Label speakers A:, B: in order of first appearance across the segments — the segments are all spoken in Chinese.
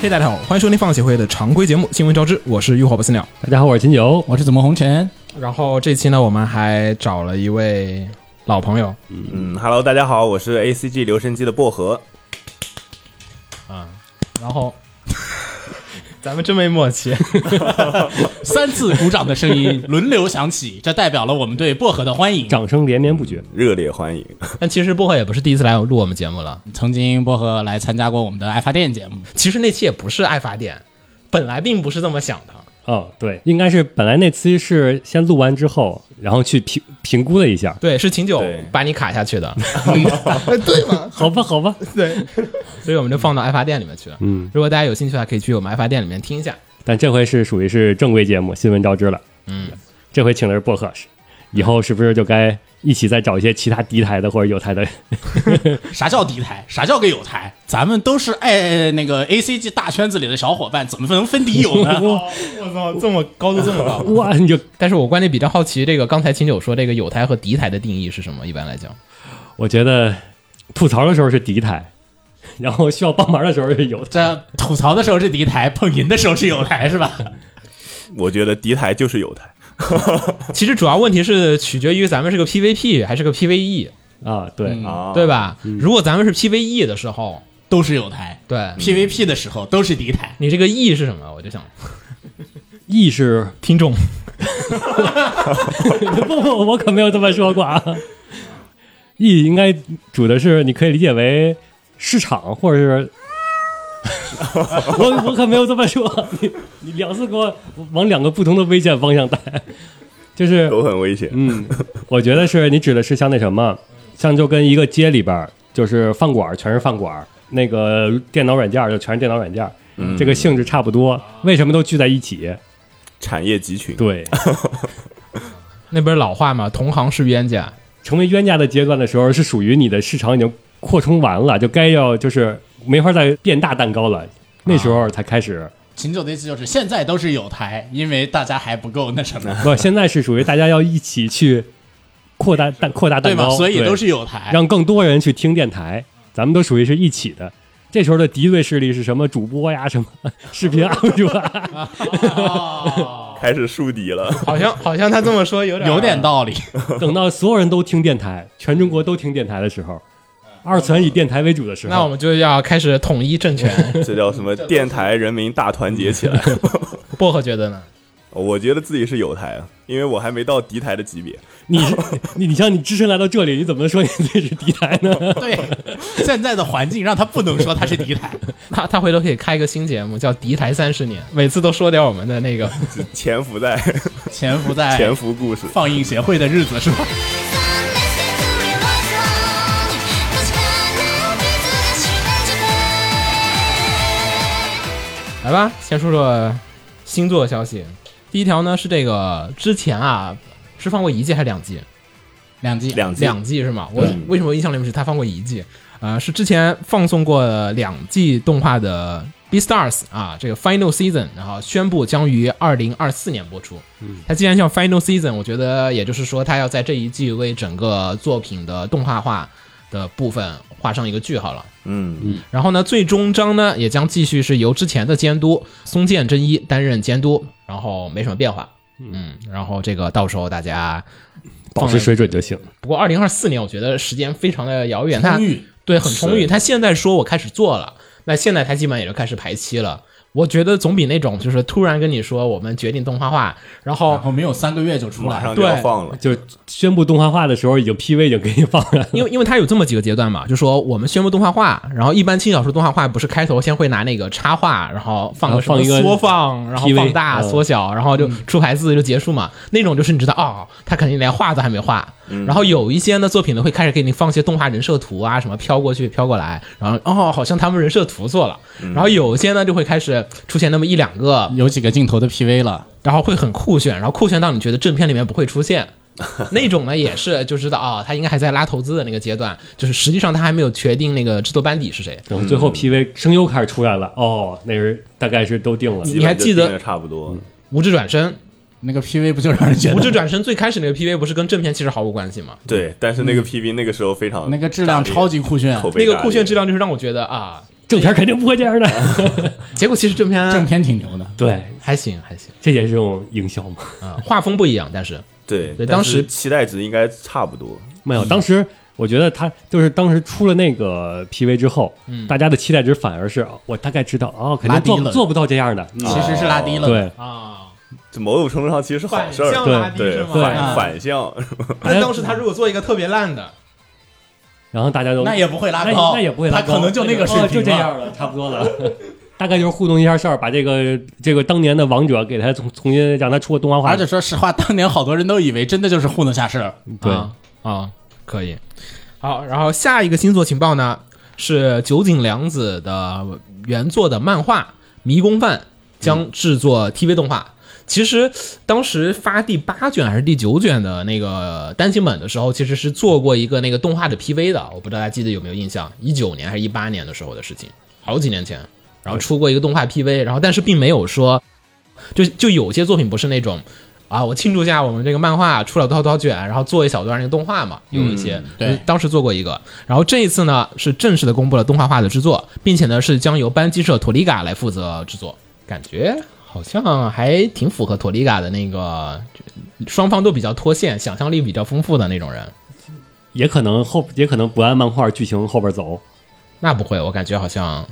A: 嘿、大家好，欢迎收听放协会的常规节目《新闻招之》，我是浴火不死鸟。
B: 大家好，我是金牛。
C: 我是怎么红尘？
A: 然后这期呢，我们还找了一位老朋友，
D: 嗯，Hello，大家好，我是 ACG 留声机的薄荷。
A: 然后咱们真没默契，
C: 三次鼓掌的声音轮流响起，这代表了我们对薄荷的欢迎。
E: 掌声连绵不绝。
D: 热烈欢迎！
A: 但其实薄荷也不是第一次来录我们节目了。
C: 曾经薄荷来参加过我们的爱发电节目，
A: 其实那期也不是爱发电，本来并不是这么想的。
E: 哦，对，应该是本来那期是先录完之后，然后去评评估了一下。
A: 对，是秦九
D: 对
A: 把你卡下去的，
E: 好吧，好吧，
A: 所以我们就放到爱发电里面去了。
E: 嗯，
A: 如果大家有兴趣的话，可以去我们爱发电里面听一下。
E: 但这回是属于是正规节目，新闻招知了。
A: 嗯，
E: 这回请的是薄荷，以后是不是就该一起再找一些其他敌台的或者有台的？
C: 啥叫敌台？啥叫个友台？咱们都是爱那个 A C G 大圈子里的小伙伴，怎么能分敌友
E: 啊
C: 呢？
A: 我操，这么高度这么高！
E: 哇，你就
A: 但是我关键比较好奇，这个刚才秦九说这个友台和敌台的定义是什么？一般来讲，
E: 我觉得吐槽的时候是敌台，然后需要帮忙的时候是有台。
C: 这吐槽的时候是敌台，捧银的时候是友台，是吧？
D: 我觉得敌台就是有台，
A: 其实主要问题是取决于咱们是个 PVP 还是个 PVE，
E: 啊，对，
C: 嗯
D: 啊
A: 对？吧？如果咱们是 PVE 的时候，
C: 都是友台。
A: 对
C: P V P 的时候都是敌台，
A: 你这个 E 是什么？我就想
E: 意识
A: 听 众
E: 不不，我可没有这么说过啊。意应该指的是，你可以理解为市场，或者是我我可没有这么说。你你两次给我往两个不同的危险方向带，就是
D: 都很危险。
E: 嗯，我觉得是你指的是像那什么，像就跟一个街里边儿就是饭馆儿全是饭馆儿，那个电脑软件儿就全是电脑软件儿，这个性质差不多。为什么都聚在一起？
D: 产业集群，
E: 对，
A: 那不是老话嘛，同行是冤家。
E: 成为冤家的阶段的时候，是属于你的市场已经扩充完了，就该要就是没法再变大蛋糕了。那时候才开始，
C: 秦九的意思就是现在都是友台，因为大家还不够那 什么，
E: 不，现在是属于大家要一起去扩大蛋扩大
C: 对
E: 蛋
C: 吗？
E: 糕，
C: 所以
E: 对
C: 都是友台。
E: 让更多人去听电台，咱们都属于是一起的。这时候的敌对势力是什么？主播呀，什么视频 UP 主啊？
C: 哦
D: 开始树敌 了。
A: 好像好像他这么说有点
C: 有点道理，
E: 等到所有人都听电台，全中国都听电台的时候，二次元以电台为主的时候，
A: 那我们就要开始统一政 权。
D: 这叫什么？电台人民大团结 起来！
A: 薄荷觉得呢？
D: 我觉得自己是有台啊，因为我还没到敌台的级别。
E: 你是你你像你只身来到这里，你怎么能说你自己是敌台呢？
C: 对，现在的环境让他不能说他是敌台，
A: 他他回头可以开一个新节目，叫《敌台三十年》，每次都说点我们的 那个。
D: 潜伏在
C: 潜伏
A: 哎
C: 在
D: 潜伏故事，
C: 放映协会的日子是吧？
A: 来吧，先说说星座消息。第一条呢是这个之前啊是放过一季还是两季？
C: 两季，
D: 两季
A: 两季是吗？我为什么印象里面是他放过一季？呃，是之前放送过两季动画的《B Stars》啊，这个 Final Season，然后宣布将于二零二四年播出。嗯，它既然叫 Final Season，我觉得也就是说，它要在这一季为整个作品的动画化的部分画上一个句号了。
D: 嗯，
A: 然后呢，最终章呢也将继续是由之前的监督松见真一担任监督，然后没什么变化。嗯，然后这个到时候大家
E: 保持水准就行。
A: 不过二零二四年，我觉得时间非常的遥远，它
C: 充裕
A: 对很充裕。他现在说我开始做了，那现在他基本上也就开始排期了。我觉得总比那种就是突然跟你说我们决定动画化，然后
C: 然后没有三个月就出
D: 马
C: 来
D: 上
C: 了。
D: 就要
A: 对
D: 放了，
E: 就宣布动画化的时候，已经 PV 已经给你放了。
A: 因为因为它有这么几个阶段嘛，就说我们宣布动画化，然后一般轻小说动画化不是开头先会拿那个插画，然后放
E: 然后
A: 个什么
E: 放一个
A: 缩放，然后
E: PV
A: 放大、
E: 嗯
A: 缩小，然后就出排字就结束嘛。那种就是你知道哦，他肯定连画都还没画。然后有一些呢作品呢会开始给你放一些动画人设图啊，什么飘过去飘过来，然后哦好像他们人设图做了，然后有一些呢就会开始出现那么一两个，
C: 有几个镜头的 PV 了，
A: 然后会很酷炫，然后酷炫到你觉得正片里面不会出 现。那种呢也是就知道啊、哦，他应该还在拉投资的那个阶段，就是实际上他还没有确定那个制作班底是谁。
E: 然后最
C: 嗯
E: 后 PV 声优开始出来了，哦，那是大概是都定了。
A: 你还记得嗯
D: 基本就定得差不多？
A: 无知转 身，
C: 那个 PV 不就让人觉
A: 无知
C: 得
A: 转身最开始那个 PV 不是跟正片其实毫无关系吗？
D: 对，但是那
A: 嗯
D: 个 PV 那个时候非常
C: 那个质量超级酷炫
D: 口，碑
A: 那
D: 炸裂，
A: 个酷炫质量就是让我觉得啊，
E: 正片肯定不会这样 的。
A: 结果其实正片
C: 正片挺牛的。
E: 对，
A: 还行还行
E: 这也是种营销嘛。
A: 啊、画风不一样，但是
D: 对，
A: 对
D: 但
A: 当
D: 是
A: 时
D: 期待值应该差不多。
E: 没有，当时我觉得他就是当时出了那个 PV 之后，大家的期待值反而是我大概知道哦，肯定
C: 嗯拉低
E: 做
C: 了嗯
E: 做不到这样的。
C: 其实是拉低了，，
E: 对，
A: 啊，
D: 这某种程度上其实是好事儿，
E: 对
A: 拉低
D: 对
A: 是
D: 反
A: 吗？
C: 啊
D: 反向，
A: 那当时他如果做一个特别烂的，
E: 然后大家都
C: 那也不会拉
E: 那
C: 高，
E: 那也不会拉
C: 他
E: 高，
C: 可能就那个水
E: 哦
C: 平，
E: 就这。样了，差不多了。 大概就是互动一下事儿，把这个这个当年的王者给他重重新让他出个动画化
C: 而。且说实话，当年好多人都以为真的就是糊弄下事儿，
E: 对，
A: 啊啊，可以。好，然后下一个星座情报呢是酒井良子的原作的漫画《迷宫饭》将制作 TV 动画。其实当时发第八卷还是第九卷的那个单行本的时候，其实是做过一个那个动画的 PV 的，我不知道大家记得有没有印象？一九年还是一八年的时候的事情，好几年前。然后出过一个动画 PV，然后但是并没有说，就就有些作品不是那种啊，我庆祝一下我们这个漫画出了多少多少卷，然后做一小段那个动画嘛，有一些、
C: 对
A: 就是当时做过一个，然后这一次呢是正式的公布了动画化的制作，并且呢是将由班机社托利嘎来负责制作，感觉好像还挺符合托利嘎的那个，就双方都比较脱线，想象力比较丰富的那种人。
E: 也可能后也可能不按漫画剧情后边走。
A: 那不会，我感觉好像，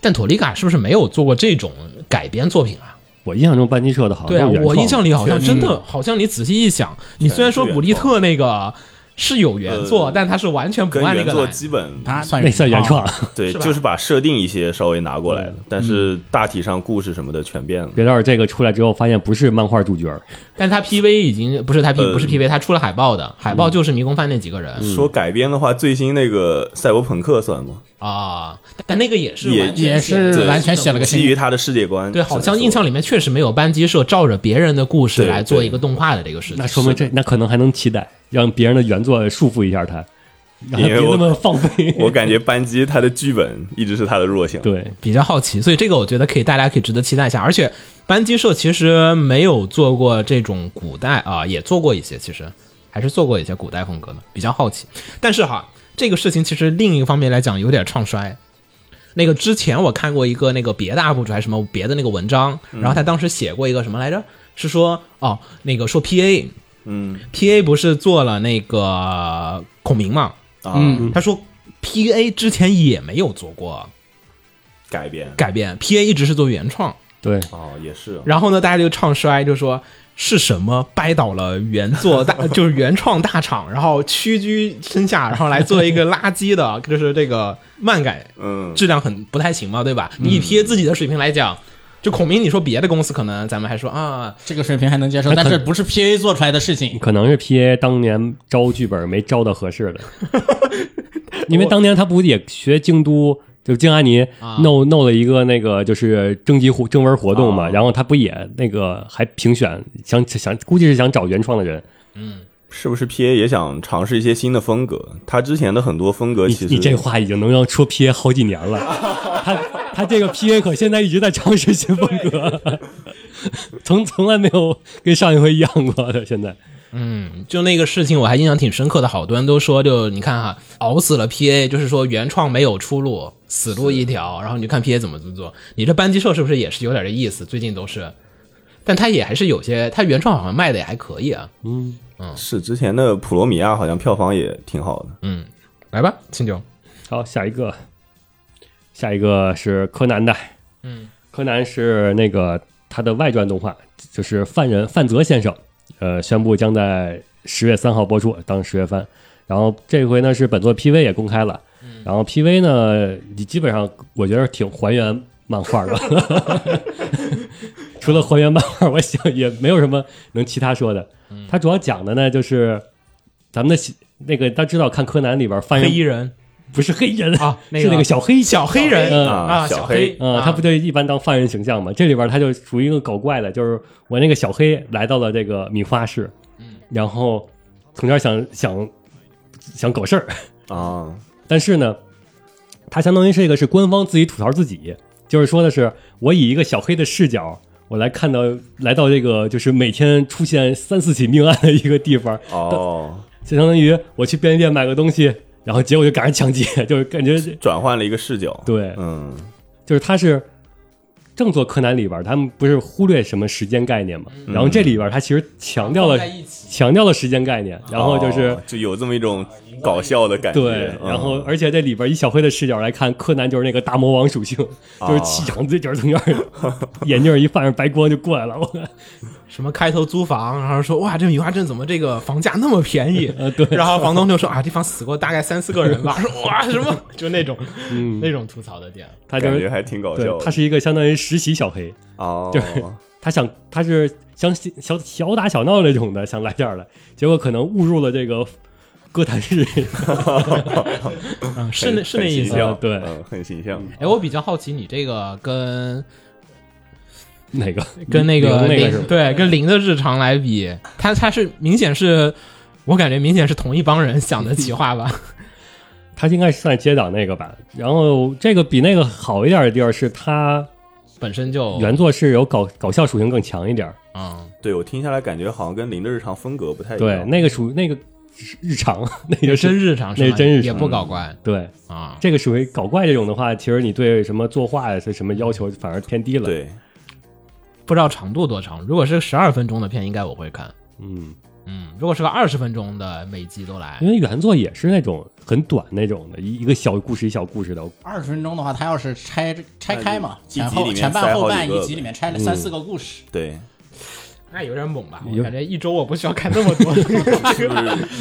A: 但托利嘎是不是没有做过这种改编作品啊？
E: 我印象中班级社的好像
A: 对啊，
E: 都是原
A: 我
E: 创
A: 印象里好像
C: 全
A: 真
C: 是
A: 的，好像你仔细一想，你虽然说
D: 全是
A: 古力特那个是有原作，
D: 呃
A: 但他是完全不
D: 跟
A: 按那
D: 原
A: 个
D: 作
A: 来。
D: 基本
C: 他算
E: 那算原创，
A: 啊
D: 对，
A: 是吧
D: 就是把设定一些稍微拿过来了，但是大体上故事什么的全变了。
E: 别到这个出来之后发现不是漫画主角儿，
A: 但他 PV 已经不是他 P
D: 呃嗯
A: 不是 PV，他出了海报的，海报就是迷宫饭那几个人
D: 说改编的话，最新那个赛博朋克算吗？
A: 啊，但那个也是
D: 也
A: 完全
C: 也是
A: 对
C: 完全写了个
D: 基于
C: 新，
D: 他的世界观，
A: 对，好像
D: 只能说
A: 印象里面确实没有班级社照着别人的故事
D: 对
A: 来做一个动画的这个事情。
E: 那说明这那可能还能期待，让别人的原作束缚一下他，让他
D: 因
E: 别
D: 为我
E: 那么放飞。
D: 我感觉班基他的剧本一直是他的弱 项。
E: 对，
A: 比较好奇，所以这个我觉得可以，大家可以值得期待一下。而且班机社其实没有做过这种古代啊，也做过一些，其实还是做过一些古代风格的，比较好奇。但是哈，这个事情其实另一个方面来讲有点唱衰。那个之前我看过一个那个别的 UP 主还是什么别的那个文章，然后他当时写过一个什么来着？是说哦，那个说 PA
D: 嗯
A: PA 不是做了那个孔明嘛？
D: 啊，
C: 嗯
A: 他说 PA 之前也没有做过
D: 改编
A: 改编，PA 一直是做原创。
E: 对，
D: 哦，也是
A: 然后呢，大家就唱衰，就说是什么掰倒了原作大，就是原创大厂，然后屈居身下，然后来做一个垃圾的，就是这个漫改
D: 嗯，
A: 质量很不太行嘛，对吧？你以 PA 自己的水平来讲，就孔明，你说别的公司可能咱们还说啊，
C: 这个水平还能接受，
E: 那可
C: 但是不是 PA 做出来的事情，
E: 可能是 P A 当年招剧本没招到合 适的，因为当年他不也学京都。就是京阿尼
A: 啊
E: 弄弄了一个那个就是征集活征文活动
A: 啊
E: 嘛，
D: 哦
E: 然后他不也那个还评选，想想估计是想找原创的人，
D: 是不是 P A 也想尝试一些新的风格？他之前的很多风格
E: 你
D: 其实
E: 你这话已经能让说 PA 好几年了，他他这个 PA 可现在一直在尝试新风格， 从从来没有跟上一回一样过的。现在
A: 嗯，就那个事情我还印象挺深刻的，好多人都说，就你看哈，熬死了 PA，就是说原创没有出路，死路一条，然后你就看 PA 怎么怎么做。你这班级社是不是也是有点这意思？最近都是。但他也还是有些，他原创好像卖的也还可以啊。
D: 是之前的普罗米亚好像票房也挺好的，
A: 来吧，清酒
E: 好，下一个，下一个是柯南的，嗯，柯南是那个他的外传动画，就是犯人范泽先生，呃，宣布将在十月三号播出，当十月番。然后这回呢是本作 PV 也公开了，然后 PV 呢，你基本上我觉得挺还原漫画的， 除了还原漫画，我想也没有什么能其他说的。他主要讲的呢就是咱们的喜那个，大家知道看柯南里边犯
A: 黑
E: 人
A: 衣人
E: 不是黑衣人
A: 啊那
E: 是那
A: 个
E: 个小黑
A: 小黑人
E: 嗯
A: 啊，
D: 小
A: 小
D: 黑
E: 啊、他不就一般当犯人形象吗？这里边他就属于一个搞怪的，就是我那个小黑来到了这个米花市，
A: 嗯
E: 然后从这儿想想想搞事儿，
D: 啊，
E: 但是呢，他相当于是一个是官方自己吐槽自己，就是说的是我以一个小黑的视角，我来看到来到这个就是每天出现三四起命案的一个地方，
D: 哦，
E: 就相当于我去便利店买个东西，然后结果就赶上抢劫，就是感觉
D: 转换了一个视角，
E: 对
D: 嗯，
E: 就是他是正作柯南里边儿，他们不是忽略什么时间概念嘛？
D: 嗯
E: 然后这里边儿他其实强调了
A: 放在一起
E: 强调了时间概念，然后就是、
D: 哦就有这么一种搞笑的感觉，
E: 对，
D: 嗯
E: 然后而且这里边儿以小黑的视角来看，柯南就是那个大魔王属 性，
D: 哦
E: 就是气场最角从这儿眼镜儿一放上白光就过来了， 我
A: 什么开头租房，然后说哇，这米花镇怎么这个房价那么便 宜？
E: 对
A: 然后房东就说啊，这房死过大概三四个人 吧，说哇什么，就那种那种吐槽的点。
E: 他就
D: 感觉
E: 是
D: 还挺搞
E: 对
D: 笑的，
E: 他是一个相当于实习小黑，
D: 哦，
E: 就是 他想他是想小小打小闹那种的，想来这儿来，结果可能误入了这个哥谭市，
A: 嗯，是那是那
D: 很
A: 意
D: 形
A: 思。
D: 象
E: 嗯对
D: 嗯很形象，
A: 哎，我比较好奇你这个跟
E: 哪个
A: 跟那个
E: 那个
A: 零
E: 是吧
A: 对跟零的日常来比，他他是明显是，我感觉明显是同一帮人想的企划 吧。
E: 他应该算接档那个吧。然后这个比那个好一点的地儿是，它
A: 本身就
E: 原作是有搞搞笑属性更强一点儿。
A: 嗯，
D: 对我听下来感觉好像跟林的日常风格不太一
E: 对，
D: 样，
E: 那个属那个是日常， 那个
A: 真
E: 是
A: 日常
E: 那
A: 是吧
E: 真日常
A: 也不搞怪
E: 对
A: 啊。
E: 这个属于搞怪这种的话，其实你对什么作画呀是什么要求反而偏低了。，
D: 对，
A: 不知道长度多长，如果是十二分钟的片，应该我会看。
E: 嗯，
A: 嗯，如果是个二十分钟的，每集都来
E: 因为原作也是那种很短那种的，一一个小故事一小故事的。
C: 二十分钟的话，他要是拆拆开嘛，
D: 一集
C: 前后
D: 里面
C: 前
D: 塞
C: 半后
D: 好几
C: 半
D: 个嗯
C: 一集里面拆了三四个故事，
D: 对，
A: 那有点猛吧？
E: 有呃
A: 我感觉一周我不需要看那么 多。
D: 就是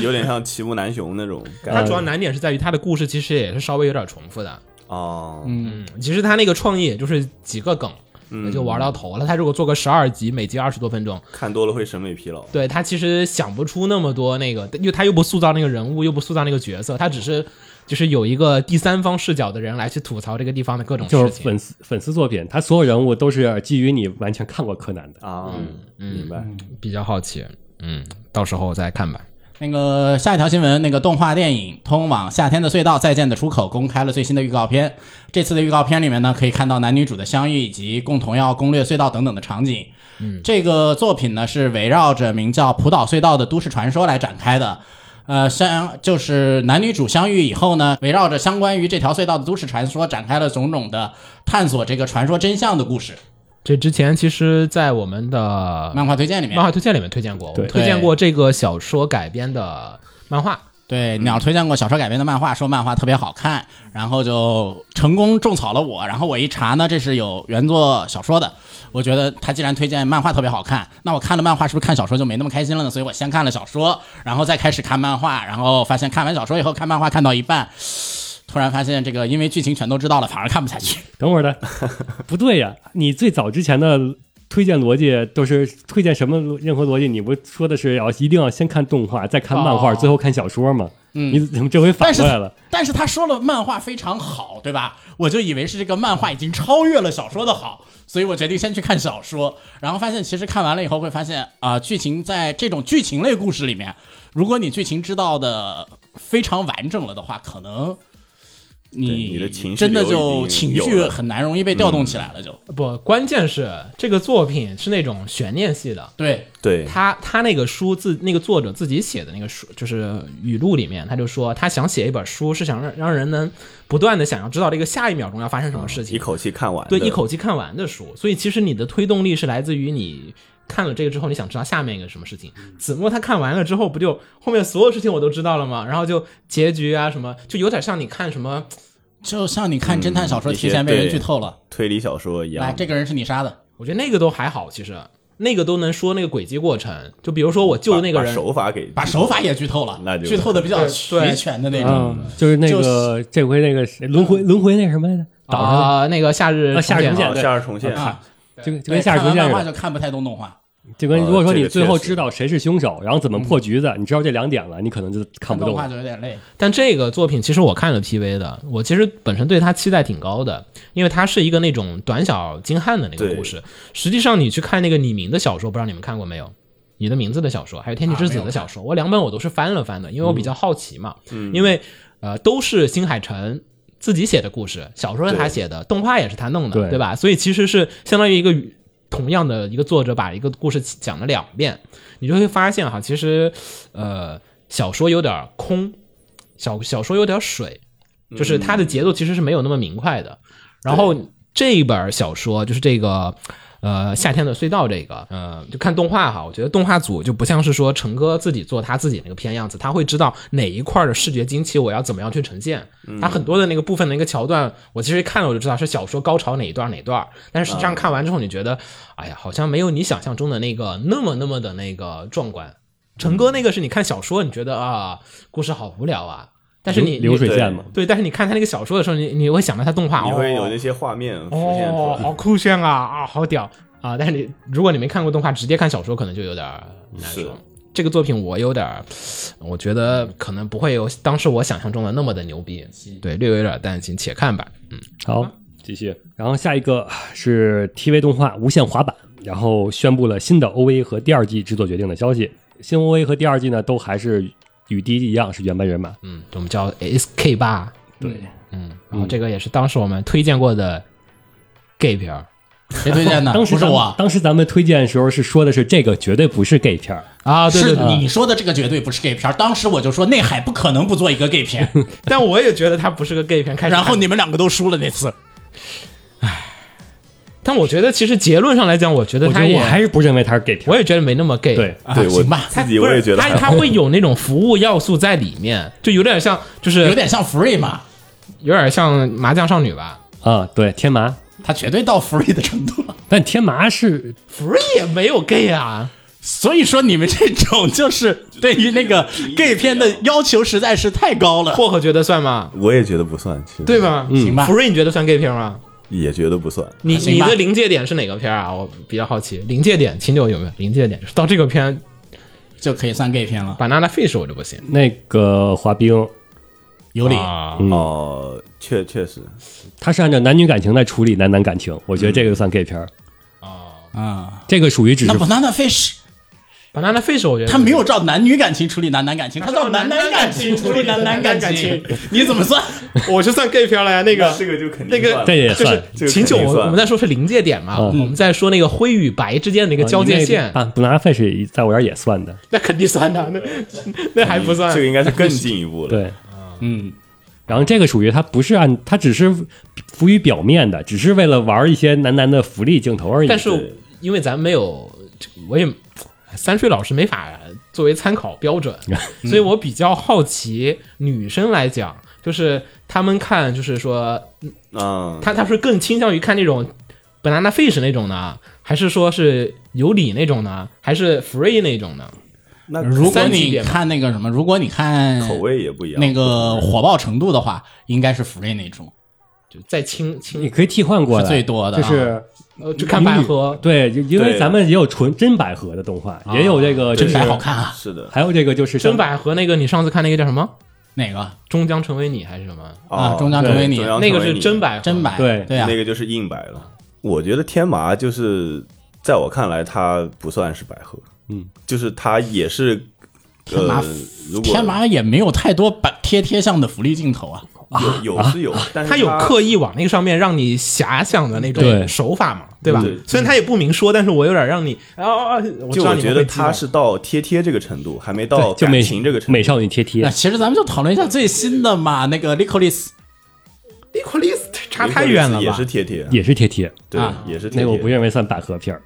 D: 有点像骑木南雄那种
A: 它
D: 感
A: 主
D: 觉
A: 要难点是在于它的故事其实也是稍微有点重复的。
D: 哦，
A: 嗯，其实它那个创意就是几个梗，就玩到头了。它如果做个十二集，每集二十多分钟，
D: 看多了会审美疲劳，
A: 对他其实想不出那么多那个，因为他又不塑造那个人物，又不塑造那个角色，他只是就是有一个第三方视角的人来去吐槽这个地方的各种
E: 就是
A: 事情。
E: 粉丝粉丝作品，他所有人物都是基于你完全看过柯南的。
D: 啊，明白，
A: 比较好奇，嗯，到时候再看吧。
C: 那个下一条新闻，那个动画电影《通往夏天的隧道：再见的出口》公开了最新的预告片。这次的预告片里面呢，可以看到男女主的相遇以及共同要攻略隧道等等的场景。嗯，这个作品呢是围绕着名叫浦岛隧道的都市传说来展开的。呃，相就是男女主相遇以后呢，围绕着相关于这条隧道的都市传说展开了种种的探索这个传说真相的故事。
A: 这之前其实，在我们的
C: 漫画推荐里面
A: 漫，画推荐里面推荐过，我们
E: 对
A: 推荐过这个小说改编的漫画。
C: 对，鸟推荐过小说改编的漫画，说漫画特别好看，然后就成功种草了我。然后我一查呢，这是有原作小说的。我觉得他既然推荐漫画特别好看，那我看了漫画是不是看小说就没那么开心了呢？所以我先看了小说，然后再开始看漫画，然后发现看完小说以后看漫画看到一半，突然发现这个因为剧情全都知道了，反而看不下去。
E: 等会儿的，不对呀、你最早之前的推荐逻辑都是推荐什么逻任何逻辑？你不说的是要一定要先看动画，再看漫画，
C: 哦
E: 最后看小说吗？
C: 嗯
E: 你怎么这回反过来了？
C: 但是他说了漫画非常好，对吧？我就以为是这个漫画已经超越了小说的好，所以我决定先去看小说，然后发现其实看完了以后会发现啊、剧情在这种剧情类故事里面，如果你剧情知道的非常完整了的话，可能你
D: 对你的情绪
C: 真的
D: 流已
C: 就
D: 经
C: 情
D: 有
C: 绪
D: 了嗯
C: 很难容易被调动起来了就，
A: 不，关键是这个作品是那种悬念系的，
C: 对，
D: 对，
A: 他他那个书自那个作者自己写的那个书，就是语录里面，他就说他想写一本书，是想让让人能不断的想要知道这个下一秒钟要发生什么事情，
D: 一口气看完，
A: 对一，口气看完的书。所以其实你的推动力是来自于你看了这个之后，你想知道下面一个什么事情。
D: 嗯
A: 子墨他看完了之后，不就后面所有事情我都知道了吗？然后就结局啊什么，就有点像你看什么。
C: 就像你看侦探小说提前被人剧透了，
D: 推理小嗯说一样
C: 来，
D: 的。
C: 这个人是你杀的，
A: 我觉得那个都还好，其实那个都能说那个轨迹过程。就比如说我救的那个
D: 把
A: 人，
D: 手法给啊
C: 把手法也剧透了，
D: 嗯那就
C: 剧透的比较
A: 对对
C: 齐全的那种
E: 嗯。，就是那个这回那个谁轮回轮回那什么来着，岛上的
A: 啊、那个夏日
E: 啊夏
A: 重现
E: 日重现
D: 啊
E: 对
D: 夏日重现，
C: 啊，
E: 就跟就
C: 对
E: 跟夏日重
C: 哎看
E: 现
C: 完
E: 似
C: 漫画
E: 的，
C: 就看不太懂动画，
E: 就跟如果说
D: 呃这
E: 你
D: 个
E: 最后
D: 确实
E: 知道谁是凶手，然后怎么破局的，你知道这两点了，你可能就看
C: 看
E: 不
C: 动
E: 懂
C: 画
E: 了。
C: 就有点累。
A: 但这个作品其实我看了 PV 的，我其实本身对它期待挺高的，因为它是一个那种短小精悍的那个
D: 对
A: 故事。实际上，你去看那个李明的小说，不知道你们看过没有？你的名字的小说，还有天气之子的小说，我两本我都是翻了翻的，因为我比较好奇嘛。因为呃，都是新海诚自己写的故事，小说是他
D: 对
A: 写的，动画也是他弄的，
E: 对
A: 对吧？所以其实是相当于一个与同样的一个作者把一个故事讲了两遍，你就会发现哈，其实呃，小说有点空，小小说有点水，就是它的节奏其实是没有那么明快的。然后这一本小说就是这个。呃，夏天的隧道这个，呃，
D: 嗯
A: 就看动画哈。我觉得动画组就不像是说陈哥自己做他自己那个片样子，他会知道哪一块的视觉惊奇我要怎么样去呈现。
D: 嗯
A: 他很多的那个部分的一个桥段，我其实一看了我就知道是小说高潮哪一段哪一段，但是实际上看完之后，你觉得，哎呀，好像没有你想象中的那个那么那么的那个壮观。陈哥那个是你看小说，你觉得啊，故事好无聊啊，但是你
E: 流水
D: 对
E: 线嘛，
A: 对，但是你看他那个小说的时候，你你会想到他动画，
D: 你会有
A: 哦
D: 那些画面浮现出
A: 哦，
D: 来。
A: 好酷炫啊啊，好屌啊！但是你如果你没看过动画，直接看小说可能就有点难
D: 是
A: 受。这个作品我有点，我觉得可能不会有当时我想象中的那么的牛逼，对，略有点担心，且看吧。
E: 好，嗯继续。然后下一个是 TV 动画《无限滑板》，然后宣布了新的 OVA 和第二季制作决定的消息。新 OVA 和第二季呢，都还是与第一季一样是原班人马。
A: 嗯，我们叫 SK 八，
C: 对，
A: 嗯，然后这个也是当时我们推荐过的 gay 片儿
C: 谁推荐的？
A: 啊
E: 当时
C: 不是
E: 咱们
C: 我，
E: 当时咱们推荐的时候是说的是这个绝对不是 gay 片儿，
A: 啊，对对
C: 是
A: 对，
C: 你说的这个绝对不是 gay 片儿。当时我就说内海不可能不做一个 gay 片，
A: 但我也觉得它不是个 gay 片，开始
C: 然后
A: 看
C: 你们两个都输了那次。
A: 但我觉得其实结论上来讲，我觉得
E: 我觉
A: 他
E: 得
A: 也
E: 我还是不认为它是 gay 片儿。
A: 我也觉得没那么 gay，
E: 对，
C: 啊
D: 对我
C: 行吧，
A: 它
D: 自己
A: 哎不
D: 我
A: 是
D: 也觉得
A: 它
D: 还
A: 它会有那种服务要素在里面，就有点像就是
C: 有点像 free 嘛，
A: 有点像麻将少女吧
E: 啊，对，天麻，
C: 他绝对到 free 的程度 了。
E: 但天麻是
A: ，Free 也没有 gay 啊，
C: 所以说你们这种就是对于那个 gay 片的要求实在是太高了，
A: 薄荷觉得算吗？
D: 我也觉得不算，其实
A: 对？吧？
C: 行吧啊
A: f r e e 你觉得算 gay 片吗？
D: 也觉得不算。
A: 你
C: 行
A: 你
C: 吧
A: 的临界点是哪个片啊？我比较好奇，临界点秦九有没有临界点？就是到这个片
C: 就可以算 gay 片了，
A: ，Banana Fish 我就不行，
E: 那个滑冰，
C: 有理。
A: 啊，
D: 哦，确确实，
E: 它是按照男女感情来处理男男感情，我觉得这个就算 gay 片儿，
A: 嗯
C: 啊，
E: 这个属于只
C: 那
E: 是
C: banana fish
A: Banana Fish 我觉得
C: 他没有照男女感情处理男男感情，他照男男感情处理男男感情，你怎么算？
A: 我是算 gay 片了呀，那个
D: 这个就肯定
A: 那个
D: 算
E: 这也
A: 就
E: 算
A: 是
D: 这个
A: 秦九，
D: 肯定
A: 我
D: 算
A: 我们在说是临界点嘛，我
E: 嗯
A: 们在说那个灰与白之间的一个交界线，
E: 啊，布拿费是在我这儿也算的，
A: 那肯定算的，那那还不算
D: 这个应该是更进一步了。
E: 对。
C: 嗯，
E: 然后这个属于它不是按，它只是浮于表面的，只是为了玩一些男男的福利镜头而已。
A: 但是因为咱没有，这我也三水老师没法作为参考标准，所以我比较好奇女生来讲，就是她们看，就是说
D: 嗯，
A: 她她是更倾向于看那种 banana fish 那种呢，还是说是有理那种呢，还是 free 那种呢？
D: 那
C: 如果
A: 三级
C: 你
A: 点吧
C: 看那个什么，如果你看
D: 口味也不一样。
C: 那个火爆程度的话，应该是 free 那种，
A: 就再轻
E: 你
A: 轻，
E: 可以替换过来，
C: 是最多的啊
E: 就是
A: 呃，就看百合，
E: 对，就因为
D: 对
E: 咱们也有纯真百合的动画，也有这个
C: 啊真
E: 就是
C: 白好，看啊。
D: 呃是的
E: 还有这个就是像
A: 真百合那个，你上次看那个叫什么？
C: 哪个
A: 终将成为你还是什么？
C: 啊？
D: 哦
C: 中江
E: 对
C: 成为你
D: 中，央
A: 那个
D: 成为
A: 是
D: 你
A: 真百合，
C: 真白
E: 对
C: 对啊
D: 那，个就是硬白了。我觉得天麻就是在我看来，它不算是百合，
E: 嗯，
D: 就是它也是
C: 天麻
D: 呃，如果
C: 天麻也没有太多把贴贴像的福利镜头啊。
D: 有有是有，但是
A: 他有刻意往那个上面让你遐想的那种
E: 对
A: 手法嘛，对吧
D: 对？
A: 虽然他也不明说，但是我有点让你啊啊，啊我知
D: 就
A: 道
D: 我
A: 你
D: 觉
A: 们
D: 得
A: 会激
D: 他
A: 动
D: 是到贴贴这个程度，还没
E: 对
D: 到
E: 就
D: 感
C: 哦
E: 美
D: 情这个程度。
E: 美少女贴贴
C: 那，其实咱们就讨论一下最新的嘛，那个 Licolis
A: e q u a l i s 差
D: 尼
A: 太
D: 古
A: 远
D: 拉斯
A: 了
D: 也
A: 吧
D: 是？贴贴，
E: 也是贴贴，
D: 对
C: 啊，
D: 也是贴
E: 那
D: 贴。
E: 个我不认为算百合片儿，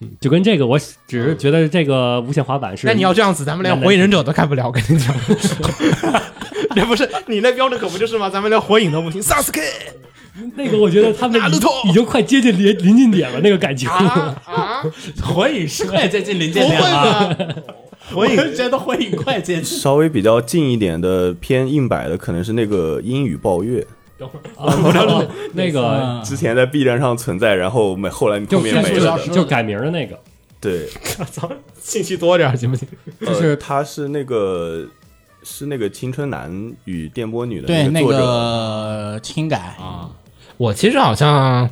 E: 嗯就跟这个我只是觉得这个无限滑板是
A: 那你要这样子，咱们连火影忍者都看不了，我跟你讲。 这不是你那标准可不就是吗？咱们连火影都不行，Sasuke
E: 那个我觉得他们
A: Naruto
E: 已已经快接近临临近点了，那个感 情。
A: 啊啊，
C: 火影哎是快接近临界
A: 不
C: 点
A: 会
C: 了，
A: 吧？
C: 火影觉得火影快接近。
D: 稍微比较近一点的偏硬摆的，可能是那个英语暴月，
E: 啊那个
C: 嗯
D: 之前在 B 站上存在，然后没后来
E: 就
D: 后面没了的。
E: 就改名的那个，
D: 对，
A: 操，信息多点儿行不行？
D: 就是他是那个是那个青春男与电波女的
C: 对那
D: 作者，啊
C: 个轻改，
A: 我其实好像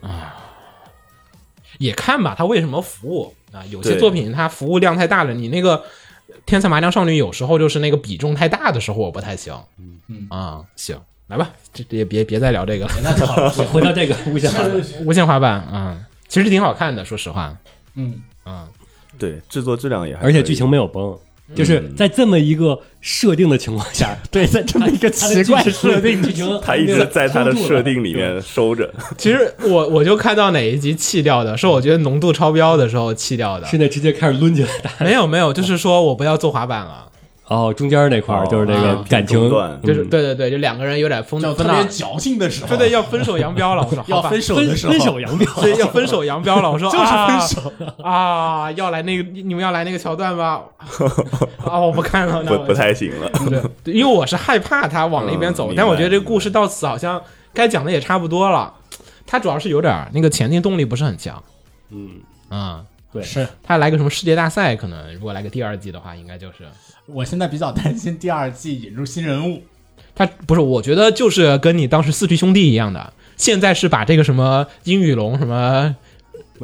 A: 啊，也看吧，他为什么服务啊？有些
D: 对
A: 作品它服务量太大了，你那个《天才麻将少女》有时候就是那个比重太大的时候，我不太行。嗯嗯啊，行，来吧，这这也别别再聊这个了。
C: 那就好了。
E: 回到这个无限滑板，
A: 无限滑板啊、嗯，其实挺好看的，说实话。
C: 嗯，
D: 对制作质量也还可
E: 而
D: 以，
E: 且剧情没有崩，就是在这么一个设定的情况下，
C: 对，在这么一个奇怪的设定，
E: 剧情
D: 他一直在他的设定里面收着。
A: 其实我我就看到哪一集弃掉的，是我觉得浓度超标的时候弃掉的。
E: 是那直接开始抡起来打。
A: 没有没有，就是说我不要做滑板了，
E: 哦，中间那块儿就是那个
D: 啊
E: 感情
D: 中断
A: 就是对对对，就两个人有点疯
C: 就特
A: 分道
C: 别，矫情的时候，
A: 对对，要分手扬镳了，我说
C: 要
A: 好吧
C: 分手
E: 分
C: 的时候，
E: 分手扬 镳，
A: 对，要分手扬镳了。我 说
C: 就是分
A: 手啊啊，要来那个，你你们要来那个桥段吧？啊，我不看了，那
D: 不
A: 我
D: 不太行了，
A: 对对，因为我是害怕他往那边
D: 嗯
A: 走，
D: 明白
A: 但我觉得这个故事到此好像该讲的也差不多了。他主要是有点儿那个前进动力不是很强，
E: 嗯，
A: 嗯，
E: 对，
C: 是
A: 他来个什么世界大赛，可能如果来个第二季的话，应该就是
C: 我现在比较担心第二季引入新人物，
A: 他不是，我觉得就是跟你当时四驱兄弟一样的，现在是把这个什么英语龙什么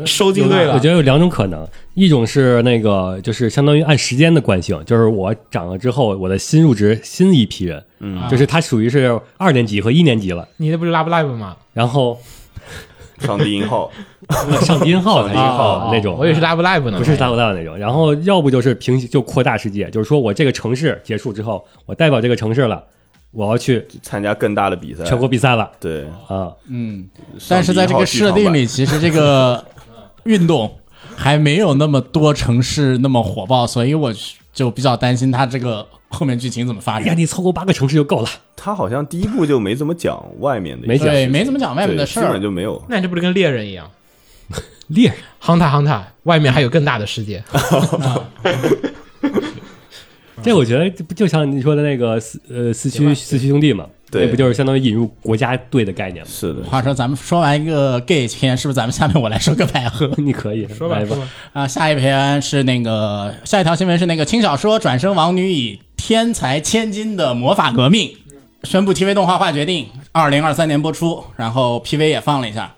A: 收进队了，
E: 我觉得有两种可能，一种是那个就是相当于按时间的惯性，就是我长了之后，我的新入职新一批人，
D: 嗯
E: 就是他属于是二年级和一年级了，
A: 你这不是 Love Live 吗？
E: 然后
D: 上帝音号，
E: 上低音号啊才是
A: 哦
E: 那种，
A: 我以为是 Love Live 呢，
E: 不是大不大那种。然后要不就是平行就扩大世界，就是说我这个城市结束之后，我代表这个城市了，我要去
D: 参加更大的比赛，
E: 全国比赛了
D: 对，
E: 啊！
C: 嗯，
D: 上
C: 但是
D: 帝
C: 在
D: 音
C: 这
D: 号
C: 个
D: 剧
C: 设
D: 场
C: 定
D: 版
C: 里，其实这 个运动还没有那么多城市那么火爆，所以我就比较担心它这个后面剧情怎么发
E: 哎呀，
C: 展。
E: 你凑够八个城市就够了。
D: 他好像第一部就没怎么讲外面的，
E: 没讲
C: 哎对，没怎么讲外面的事
D: 基
C: 儿
D: 本，就没有。
A: 那你这不是跟猎人一样
E: 猎人，
A: ？Hunter Hunter，外面还有更大的世界。
E: 这我觉得这不就像你说的那个四呃四驱四驱兄弟嘛，
D: 对
E: 那不就是相当于引入国家队的概念吗？
D: 是的，
C: 话说，咱们说完一个 gay 篇，是不是咱们下面我来说个百合
E: 你可以
A: 说吧
E: 来
A: 说吧，
C: 啊？下一篇是那个下一条新闻是那个轻小说转生王女以天才千金的魔法革命
D: 嗯
C: 宣布 TV 动画化决定，二零二三年播出，然后 PV 也放了一下。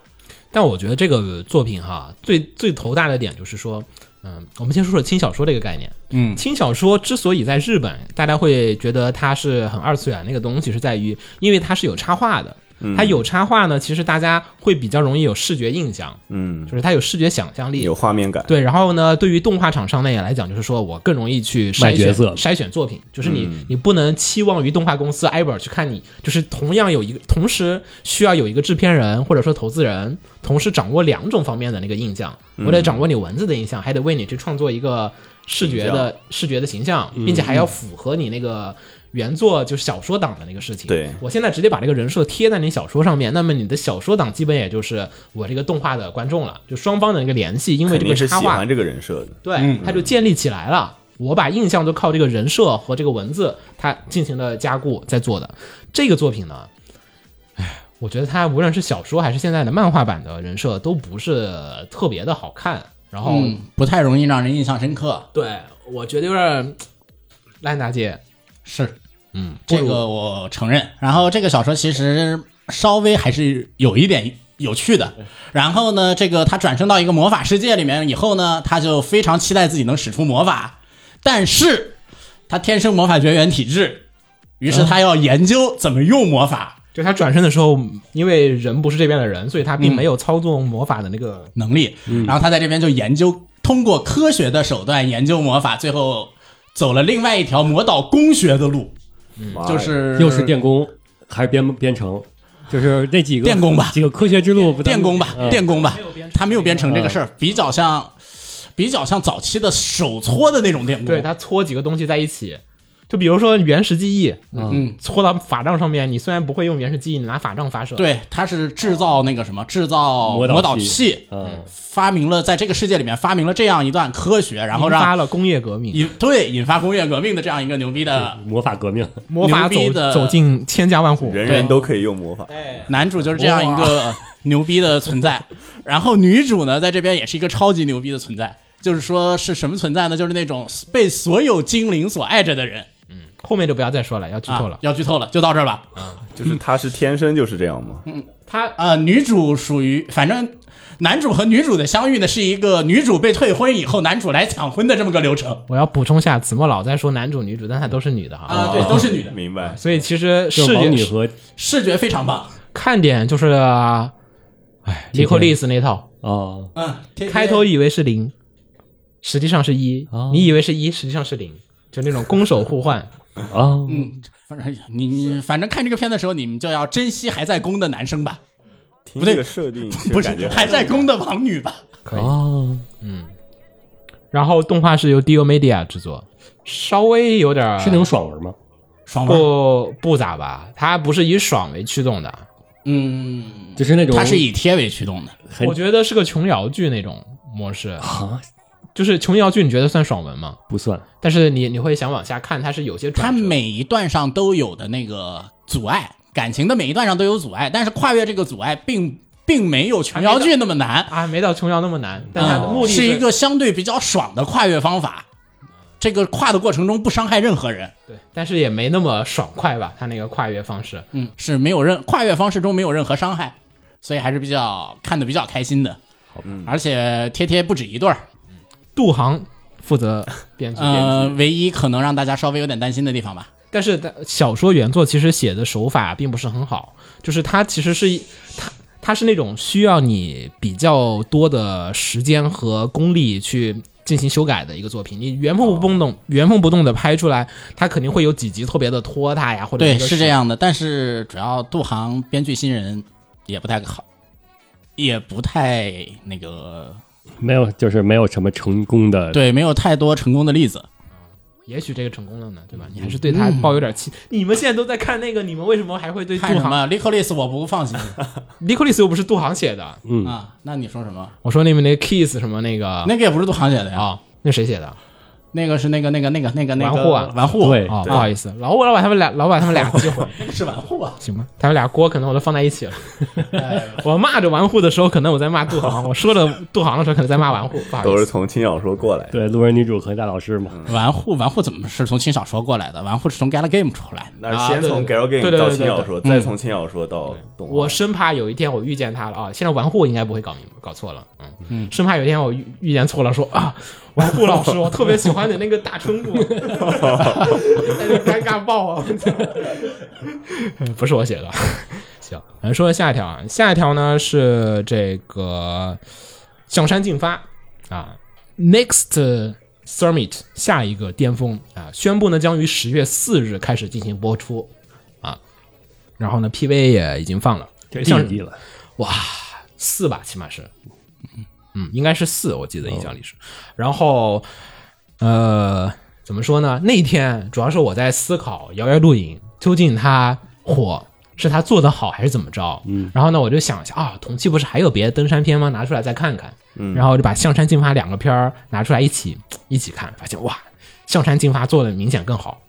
A: 但我觉得这个作品哈，最最头大的点就是说，嗯，我们先说说轻小说这个概念。
C: 嗯，
A: 轻小说之所以在日本大家会觉得它是很二次元那个东西，是在于因为它是有插画的。它有插画呢，其实大家会比较容易有视觉印象，
D: 嗯，
A: 就是它有视觉想象力，
D: 有画面感，
A: 对，然后呢，对于动画厂商呢也来讲，就是说我更容易去筛
E: 卖角
A: 选
E: 色
A: 筛选作品，就是你、你不能期望于动画公司 i b e r 去看你，就是同样有一个，同时需要有一个制片人或者说投资人，同时掌握两种方面的那个印象，我得掌握你文字的印象，还得为你去创作一个视觉的视觉的形象，并且还要符合你那个。原作就是小说党的那个事情，
D: 对
A: 我现在直接把这个人设贴在你小说上面，那么你的小说党基本也就是我这个动画的观众了，就双方的那个联系，因为
D: 肯
A: 这个
D: 定是喜
A: 插画
D: 欢这个人设的。
A: 对，它就建立起来了。我把印象都靠这个人设和这个文字，它进行了加固在做的。这个作品呢，哎，我觉得它无论是小说还是现在的漫画版的人设，都不是特别的好看。然
D: 哦
A: 后，
C: 嗯，不太容易让人印象深刻。
A: 对我觉得有点烂大街。
C: 是
A: 嗯，
C: 这个我承认。然后这个小说其实稍微还是有一点有趣的。然后呢，这个他转生到一个魔法世界里面以后呢，他就非常期待自己能使出魔法，但是他天生魔法绝缘体质，于
E: 嗯
C: 是他要研究怎么用魔法
A: 就他转身的时候，因为人不是这边的人，所以他并没有操纵魔法的那个
C: 能力。
E: 嗯
C: 然后他在这边就研究，通过科学的手段研究魔法，最后走了另外一条魔导工学的路，
D: 哇
C: 就是
E: 嗯又是电工还是编编程，就是这几个
C: 电工吧
E: 几个科学之路不
C: 电工吧，
E: 嗯
C: 电工吧，他没有编程这个事儿，比较像，比较像早期的手搓的那种电工。
A: 对他搓几个东西在一起，就比如说原始记忆，
C: 嗯，
A: 搓到法杖上面，你虽然不会用原始记忆，你拿法杖发射，
C: 对，他是制造那个什么，制造
E: 魔导
C: 魔导
E: 器
C: 器，
E: 嗯，
C: 发明了在这个世界里面发明了这样一段科学，然后
A: 引发
C: 让
A: 了工业革命，
C: 引对引发工业革命的这样一个牛逼的
E: 魔法革命，
A: 魔法
C: 牛
A: 走
C: 逼的
A: 走进千家万户，
D: 人人都可以用魔法，
C: 男主，就是这样一个 牛逼的存在。然后女主呢，在这边也是一个超级牛逼的存在，就是说是什么存在呢？就是那种被所有精灵所爱着的人。
A: 后面就不要再说了，要剧透
C: 啊
A: 了，。
C: 要剧透了，就到这儿吧。
D: 就是他是天生就是这样
A: 嗯
D: 吗？
A: 他
C: 呃，女主属于，反正男主和女主的相遇呢，是一个女主被退婚以后，男主来抢婚的这么个流程。
A: 我要补充下，子墨老在说男主女主，但他都是女的哈，
C: 啊，对，都是女的，
D: 明白。
A: 所以其实视
E: 就是王女
A: 觉
E: 和
C: 视觉非常棒。
A: 看点就是，哎，尼
E: 今天
A: 克利斯那套，
E: 啊，
C: 嗯，天
A: 开头以为是零，实际上是一、
E: 哦
A: 你以为是一，实际上是零，就那种攻守互换。
E: 啊，
C: 嗯，反正你你反正看这个片的时候，你们就要珍惜还在攻的男生吧，
D: 听
C: 不对
D: 这个设定，其实
C: 不是
D: 感觉
C: 还在攻的王女 吧。
A: 可以
E: 啊，
A: 然后动画是由 Dio Media 制作，稍微有点儿
E: 是那种爽文吗？
C: 爽文，
A: 不不咋吧，它不是以爽为驱动的，
C: 嗯，
E: 就是那种
C: 它是以贴为驱动的，
E: 很
A: 我觉得是个琼瑶剧那种模式，
E: 啊
A: 就是琼瑶剧你觉得算爽文吗？
E: 不算
A: 但是你你会想往下看，它是有些
C: 它
A: 转折。
C: 每一段上都有的那个阻碍，感情的每一段上都有阻碍，但是跨越这个阻碍并并没有琼瑶剧那么难，
A: 啊，没到琼瑶那么难，但它的目的
C: 嗯啊是一个相对比较爽的跨越方法。这个跨的过程中不伤害任何人，
A: 对，但是也没那么爽快吧？它那个跨越方式，
C: 嗯，是没有任跨越方式中没有任何伤害，所以还是比较看的比较开心的。而且贴贴不止一对儿，
A: 杜航负责编辑，
C: 呃，唯一可能让大家稍微有点担心的地方吧，
A: 但是它小说原作其实写的手法并不是很好，就是它其实是一它它是那种需要你比较多的时间和功力去进行修改的一个作品。你原封不
C: 哦
A: 动、原封不动的拍出来，它肯定会有几集特别的拖沓呀，或者
C: 对，
A: 一个
C: 是这。样的。但是主要杜航编剧新人也不太好，也不太那个，
E: 没有，就是没有什么成功的。
C: 对，没有太多成功的例子。
A: 也许这个成功了呢，对吧？你还是对
C: 嗯
A: 它抱有点期。你们现在都在看那个，你们为什么还会对杜
C: 看什
A: 航？
C: 么 l i c o l i s 我不放心
A: 尼克利斯又不是杜航写的。
E: 嗯，
C: 啊。那你说什么？
A: 我说你们那 kiss 什么那个
C: 那个也不是杜航写的呀，
A: 啊，那谁写的？
C: 那个是那个那个那个那个那
A: 玩
C: 个
A: 户啊
C: 玩户，
E: 对
A: 哦，不好意思，老我老把他们俩老把他们俩记混。
C: 是玩户啊。
A: 行吧，他们俩锅可能我都放在一起了。 我骂着玩户的时候，可能我在骂杜航；我说着杜航的时候，可能在骂玩户。不好
D: 都
A: 意
D: 是
A: 思，
D: 从轻小说过来的。
E: 对，路人女主和大老师
A: 嗯
E: 嘛，
C: 玩户，玩户怎么是从轻小说过来的？玩户是从 Gal Game 出来的。
D: 那是先从
A: 啊对
D: Gal
A: 对对
D: Game
A: 对
D: 到
A: 对
D: 轻小说，
C: 对
D: 再从轻小说到动画。
A: 我生怕有一天我遇见他了啊！现在玩户应该不会搞明搞错了，嗯嗯，生怕有一天我遇遇见错了，说啊，玩户老师，我特别喜欢你那个大春 姑，哎尴尬爆啊！ 不是我写的， 行，咱说下一条啊，下一条呢是这个向山进发啊，Next Summit 下一个巅峰啊，宣布呢将于十月四日开始进行播出啊，然后呢 PV 也已经放了，
E: 这弟弟了，
A: 四吧，起码是，嗯，应该是四，我记得印象里是。然后，呃，怎么说呢？那天主要是我在思考《摇摇露营》究竟它火是它做的好还是怎么着。嗯，然后呢，我就想一下啊，同期不是还有别的登山片吗？拿出来再看看。嗯，然后就把《象山进发》两个片儿拿出来一起一起看，发现哇，《象山进发》做的明显更好，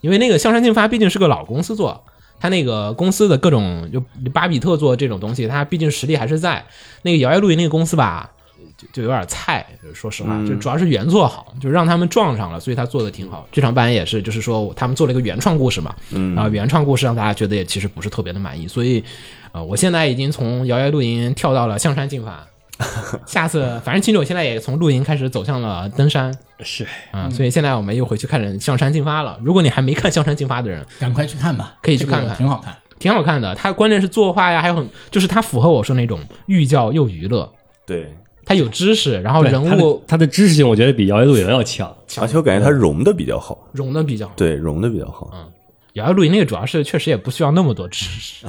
A: 因为那个《象山进发》毕竟是个老公司做。它那个公司的各种就巴比特做这种东西，它毕竟实力还是在。那个摇曳露营那个公司吧，就就有点菜，说实话，就主要是原作好，就让他们撞上了，所以他做的挺好。剧场版也是，就是说他们做了一个原创故事嘛，然后原创故事让大家觉得也其实不是特别的满意，所以，呃，我现在已经从摇曳露营跳到了象山进发。下次，反正秦九现在也从露营开始走向了登山
E: 是
A: 啊、所以现在我们又回去看象山进发了。如果你还没看象山进发的人，
C: 赶快去看吧，
A: 可以去看看
C: 这个挺好看。
A: 挺好看的。它关键是作画呀，还有很就是它符合我说那种寓教又娱乐，
D: 对，
A: 它有知识，然后
E: 对
A: 人
E: 他
A: 物
E: 的他的知识性，我觉得比《摇曳露营》要强。
D: 而且我感觉它融的比较好，
A: 融的比较好。嗯
D: 对，融的比较好。
A: 摇曳露营那个主要是确实也不需要那么多知识，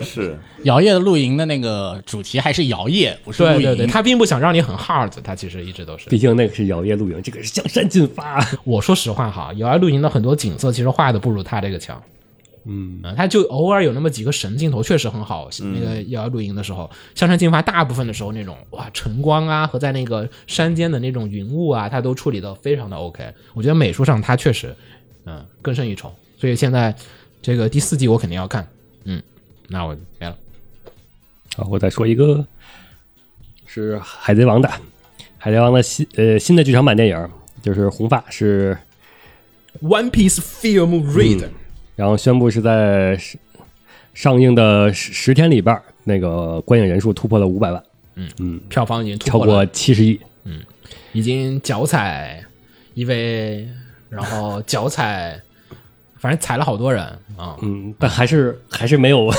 D: 是
C: 摇曳的露营的那个主题还是摇曳，不是露
A: 对
C: 营。
A: 对对，他并不想让你很 hard，他其实一直都是。
E: 毕竟那个是摇曳露营，这个是向山进发。
A: 我说实话哈，摇曳露营的很多景色其实画的不如他这个强。
E: 嗯，
A: 嗯，他就偶尔有那么几个神镜头，确实很好。那个要露营的时候，香山进发大部分的时候那种哇晨光啊和在那个山间的那种云雾啊，它都处理的非常的 OK。我觉得美术上它确实，嗯，更胜一筹。所以现在这个第四季我肯定要看，嗯，那我没了。
E: 好，我再说一个，是《海贼王》的，《海贼王》的新呃新的剧场版电影，就是红发是
A: One Piece Film Read，、
E: 然后宣布是在上上映的十十天里边儿，那个观影人数突破了五百万，
A: 票房已经
E: 超
A: 突破了
E: 过七十亿。
A: 已经脚踩一位，然后脚踩，反正踩了好多人啊、
E: 嗯，但还是还是没有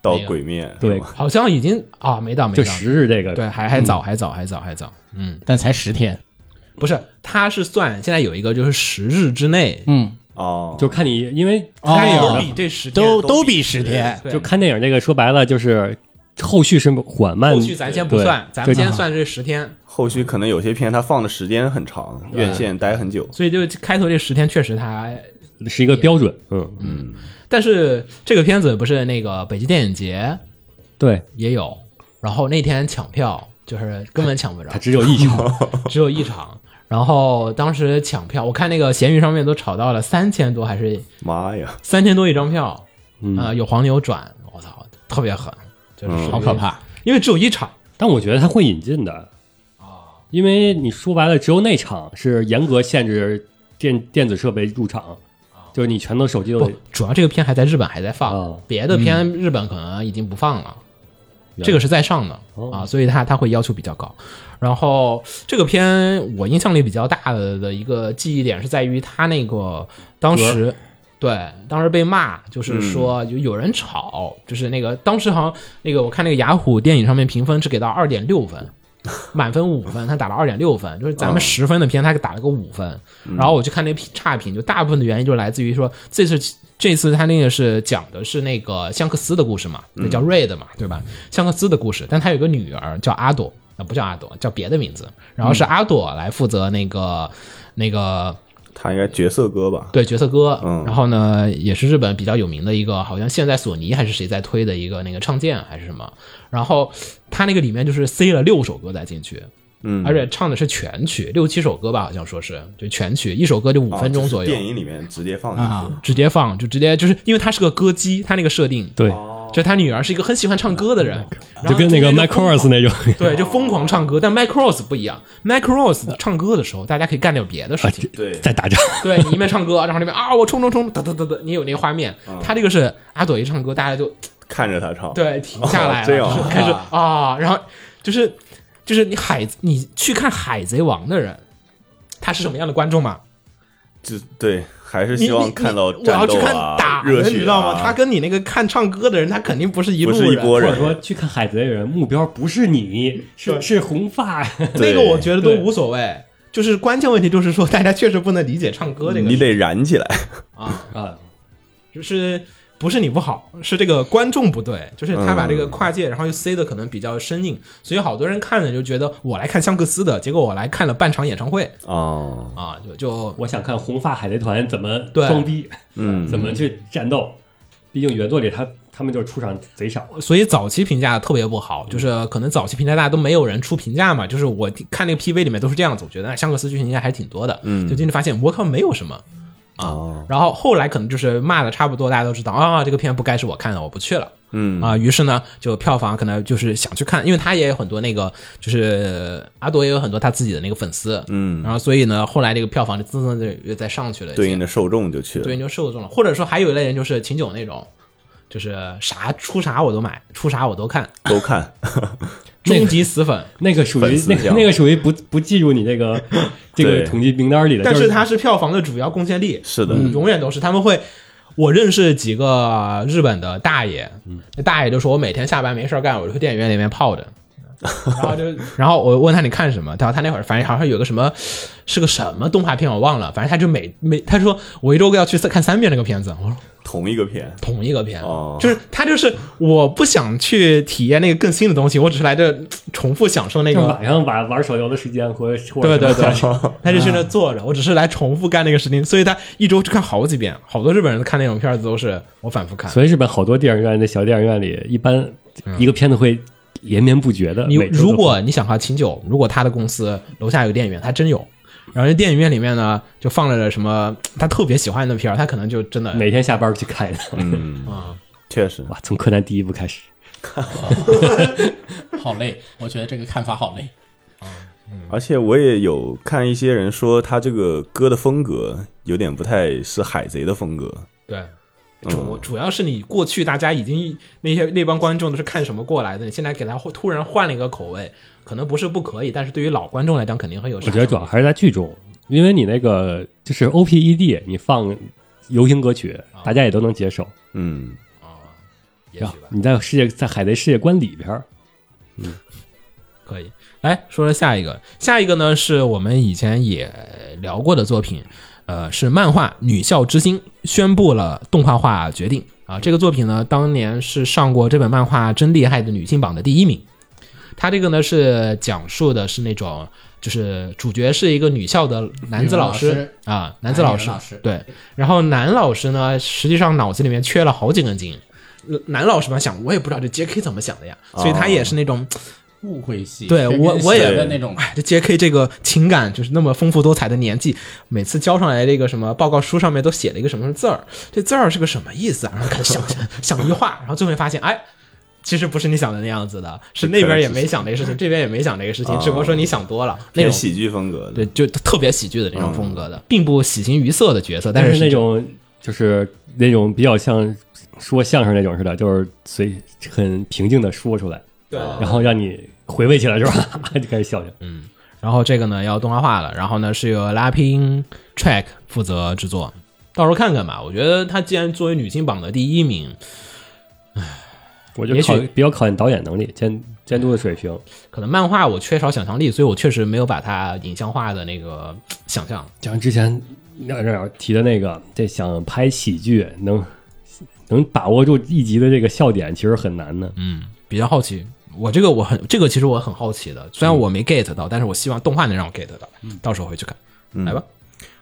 D: 到
A: 没有
D: 鬼面
E: 对，
A: 好像已经啊没到没
E: 就
A: 到，
E: 十日这个
A: 对，还还早还早还早还早，嗯，
C: 但才十天，
A: 不是，他是算现在有一个就是十日之内，
C: 嗯，
D: 哦，
E: 就看你，因为
C: 哦
E: 看电
C: 都
E: 影
C: 比
E: 呢
A: 这十
C: 都
D: 都
C: 都
D: 比
C: 比十天。
E: 就看电影这个说白了就是后续是缓慢，
A: 后续咱先不
E: 对
A: 算，咱
E: 就
A: 们先算这十天，
D: 后续可能有些片它放的时间很长，院线待很久，
A: 所以就开头这十天确实他，
E: 是一个标准。嗯嗯，
A: 但是这个片子不是那个北京电影节
E: 对，
A: 也有，然后那天抢票就是根本抢不着
E: 它，只有一场。
A: 只有一场。然后当时抢票，我看那个闲鱼上面都炒到了三千多，还是
D: 妈呀，
A: 三千多一张票，啊、有黄牛转，我操，特别狠，就是属于
C: 好可，怕！
A: 因为只有一场，
E: 但我觉得它会引进的因为你说白了，只有那场是严格限制电电子设备入
A: 哦
E: 场，就是你全都手机都
A: 不，主要这个片还在日本还在放，
E: 哦
A: 别的片日本可能已经不放了，这个是在上的、啊，所以它它会要求比较高。然后这个片我印象里比较大的的一个记忆点是在于它那个当时。对，当时被骂，就是说有有人吵，就是那个当时好像那个我看那个雅虎电影上面评分只给到二点六 分，满分五分，他打了二点六分，就是咱们十分的片，他给打了个五分。然后我去看那批差评，就大部分的原因就来自于说这次这次他那个是讲的是那个香克斯的故事嘛，那叫瑞的嘛，对吧？香克斯的故事，但他有个女儿叫阿朵，啊不叫阿朵，叫别的名字。然后是阿朵来负责那个那个
D: 他应该角色歌吧？
A: 对角色歌，
D: 嗯
A: 然后呢，也是日本比较有名的一个，好像现在索尼还是谁在推的一个那个唱见还是什么，然后他那个里面就是塞了六首歌再进去，
D: 嗯，
A: 而且唱的是全曲，六七首歌吧，好像说是就全曲，一首歌就五
D: 哦
A: 分钟
D: 就是
A: 左右，
D: 电影里面直接放进去
C: 啊，
A: 直接放就直接就是因为他是个歌姬，他那个设定，
E: 对，嗯
A: 就他女儿是一个很喜欢唱歌的人，然
E: 就
A: 后
E: 跟那个
A: 中间
E: Mac OS 那种
A: 对，就疯狂唱歌，但 Mac Rose 不一样，Mac Rose 唱歌的时候，大家可以干点别的事
E: 啊
A: 情，
D: 对，
E: 在打仗，
A: 对你一面唱歌，然后那边 啊我冲冲冲，哒哒哒哒，你有那个画面。
D: 嗯
A: 他这个是阿朵一唱歌，大家就
D: 看着他唱，，
A: 对停下来了，
D: 哦这样
A: 就是开始啊，然后就是就是你海你去看《海贼王》的人，他是什么样的观众嘛？
D: 就对，还是
A: 你
D: 希望
A: 你
D: 看到
A: 你我
D: 战
A: 要去
D: 斗
A: 看
D: 啊
A: 打，
D: 热
A: 的，
D: 血啊，
A: 你知道吗？他跟你那个看唱歌的人，他肯定不是一
D: 不
A: 路
D: 是一拨
E: 或
D: 人
E: 者说去看海贼的人目标不是你，是是红发。
A: 那个
D: 对
A: 我觉得都无所谓。就是关键问题就是说，大家确实不能理解唱歌这个
D: 你
A: 事
D: 得燃起来，
A: 啊。
E: 啊，
A: 就是不是你不好，是这个观众不对，就是他把这个跨界，然后又塞的可能比较生硬，所以好多人看了就觉得我来看香克斯的，结果我来看了半场演唱会
D: 哦，
A: 啊，就就
E: 我想看红发海贼团怎么
A: 对
E: 装逼，
D: 嗯，
E: 怎么去战斗。毕竟原作里他他们就是出场贼少，
A: 所以早期评价特别不好，就是可能早期评价大家都没有人出评价嘛，就是我看那个 PV 里面都是这样子，我觉得哎香克斯剧情应该还挺多的，嗯，就进去发现我靠没有什么。啊
D: 哦，
A: 然后后来可能就是骂的差不多，大家都知道啊，这个片不该是我看的，我不去了。嗯啊，于是呢，就票房可能就是想去看，因为他也有很多那个，就是阿朵也有很多他自己的那个粉丝，嗯，然后所以呢，后来这个票房就蹭蹭的又再上去了一些，
D: 对应的受众就去
A: 对应
D: 了，
A: 就受众了。或者说还有一类人就是秦九那种，就是啥出啥我都买，出啥我都看，
D: 都看，
A: 终极死粉。
E: 那个属于
D: 粉丝
E: 那个
D: 向
E: 那个属于不不计入你这 个这个
D: 对
E: 统计名单里的，
A: 但
E: 就是嗯
A: 它是票房的主要贡献力，
D: 是的，
A: 永远都是他们会。我认识几
E: 嗯
A: 个日本的大爷，那大爷就说我每天下班没事儿干，我就去电影院里面泡着，然后就，然后我问他你看什么，他说他那会儿反正好像有个什么，是个什么动画片我忘了，反正他就每每他说我一周要去看三遍那个片子，我说
D: 同一个片，
A: 同一个片，
D: 哦
A: 就是他就是我不想去体验那个更新的东西，我只是来这重复享受那个
E: 晚上玩玩手游的时间和
A: 对对对，他就去那坐着，我只是来重复干那个事情，所以他一周就看好几遍。好多日本人看那种片儿都是我反复看。
E: 所以日本好多电影院的小电影院里，一般
D: 嗯
E: 一个片子会连绵不绝的。
A: 你
E: 每周都
A: 如果你想哈秦九，如果他的公司楼下有电影院，他真有，然后这电影院里面呢就放着什么他特别喜欢的片儿，他可能就真的
E: 每天下班去看一趟。
D: 嗯，
A: 啊
D: 确实，
E: 哇，从柯南第一部开始，
C: 好累，我觉得这个看法好累。
D: 而且我也有看一些人说他这个歌的风格有点不太是海贼的风格，
A: 对。
E: 嗯
A: 主主要是你过去大家已经那些那帮观众都是看什么过来的，你现在给他突然换了一个口味，可能不是不可以，但是对于老观众来讲肯定会有。
E: 我觉得主要还是在剧中，因为你那个就是 O P E D，你放流行歌曲，
A: 啊
E: 大家也都能接受。
D: 嗯，
A: 也
E: 然
A: 许
E: 后
A: 吧，
E: 你在世界在海贼世界观里边儿，
A: 可以。来说说下一个，下一个呢是我们以前也聊过的作品，呃，是漫画《女校之星》宣布了动画化决定啊。这个作品呢，当年是上过这本漫画真厉害的女性榜的第一名。它这个呢是讲述的是那种，就是主角是一个女校的男子老
C: 女
A: 师
C: 老师
A: 啊，男子老师，
C: 男老师
A: 对。然后男老师呢，实际上脑子里面缺了好几根筋。呃男老师嘛，想我也不知道这 J.K. 怎么想的呀，所以
C: 哦
A: 他也是那种
C: 误会系，
A: 对
C: 跟
A: 我我也
C: 写的那种，
A: 哎，这 J.K. 这个情感就是那么丰富多彩的年纪，每次交上来这个什么报告书上面都写了一个什么字儿，这字儿是个什么意思啊？然后开始想想一画，然后最后发现，哎，其实不是你想的那样子的，是那边也没想这个事情，这边也没想这个事情，只不过说你想多了那
D: 偏
A: 种。
D: 喜剧风格
A: 对
D: 的，，
A: 就特别喜剧的那种风格的，并不喜形于色的角色，嗯但
E: 是
A: 是
E: 那种就是那种比较像说相声那种似的，就是随很平静的说出来，
A: 对，
E: 然后让你回味起来是吧？ 就开始笑了。
A: 然后这个呢要动画化了，然后呢是由 Lapin Track 负责制作，到时候看看吧。我觉得他既然作为女性榜的第一名，
E: 我就
A: 也
E: 考
A: 许
E: 比较考验导演能力、监监督的水平。
A: 可能漫画我缺少想象力，所以我确实没有把它影像化的那个想象。
E: 就像之前廖廖老师提的那个，这想拍喜剧能能把握住一集的这个笑点，其实很难的。
A: 嗯，比较好奇。我这个我很这个其实我很好奇的，虽然我没 get 到，但是我希望动画能让我 get 到，到时候回去看。来吧，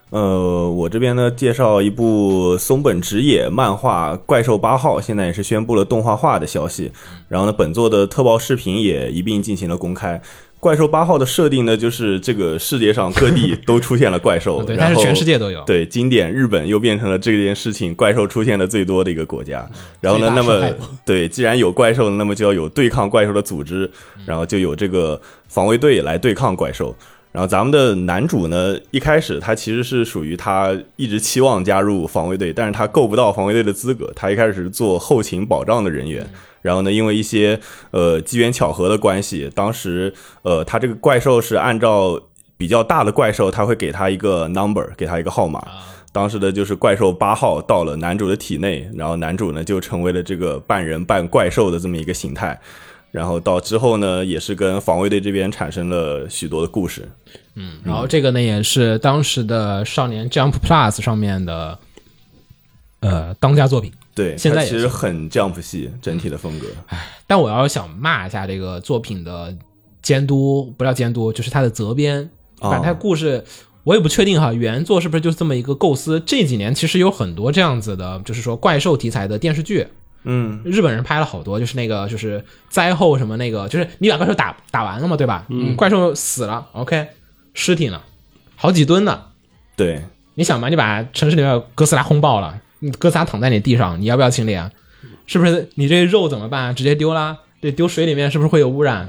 D: 呃，我这边呢介绍一部松本直也漫画《怪兽八号》，现在也是宣布了动画化的消息。然后呢，本作的特报视频也一并进行了公开。怪兽八号的设定呢，就是这个世界上各地都出现了怪 兽，
A: 哦对，
D: 然
A: 但是
D: 后
A: 全世界都有。
D: 对，经典日本又变成了这件事情怪兽出现的最多的一个国
A: 嗯
D: 家。然后呢，
C: 最大
D: 那
C: 受
D: 么
C: 害国
D: 对，既然有怪兽，那么就要有对抗怪兽的组织，然后就有这个防卫队来对抗怪兽。然后咱们的男主呢，一开始他其实是属于他一直期望加入防卫队，但是他够不到防卫队的资格，他一开始是做后勤保障的人员。然后呢，因为一些呃机缘巧合的关系，当时呃他这个怪兽是按照比较大的怪兽，他会给他一个 number，给他一个号码。
A: 啊
D: 当时的就是怪兽八号到了男主的体内，然后男主呢就成为了这个半人半怪兽的这么一个形态。然后到之后呢，也是跟防卫队这边产生了许多的故事。
A: 嗯然后这个呢也是当时的少年 Jump Plus 上面的呃当家作品。
D: 对，
A: 现在
D: 它
A: 也
D: 其
A: 是
D: 实很 jump 系整体的风格。
A: 但我要想骂一下这个作品的监督，不叫监督，就是他的责编，
D: 哦
A: 把他故事。我也不确定哈，原作是不是就是这么一个构思？这几年其实有很多这样子的，就是说怪兽题材的电视剧，
D: 嗯，
A: 日本人拍了好多，就是那个就是灾后什么那个，就是你把怪兽打打完了嘛，对吧？嗯，怪兽死了，OK，尸体呢，好几吨呢。
D: 对，
A: 你想嘛，你把城市里面哥斯拉轰爆了，你哥斯拉躺在你地上，你要不要清理啊？是不是你这肉怎么办？直接丢啦？这丢水里面是不是会有污染？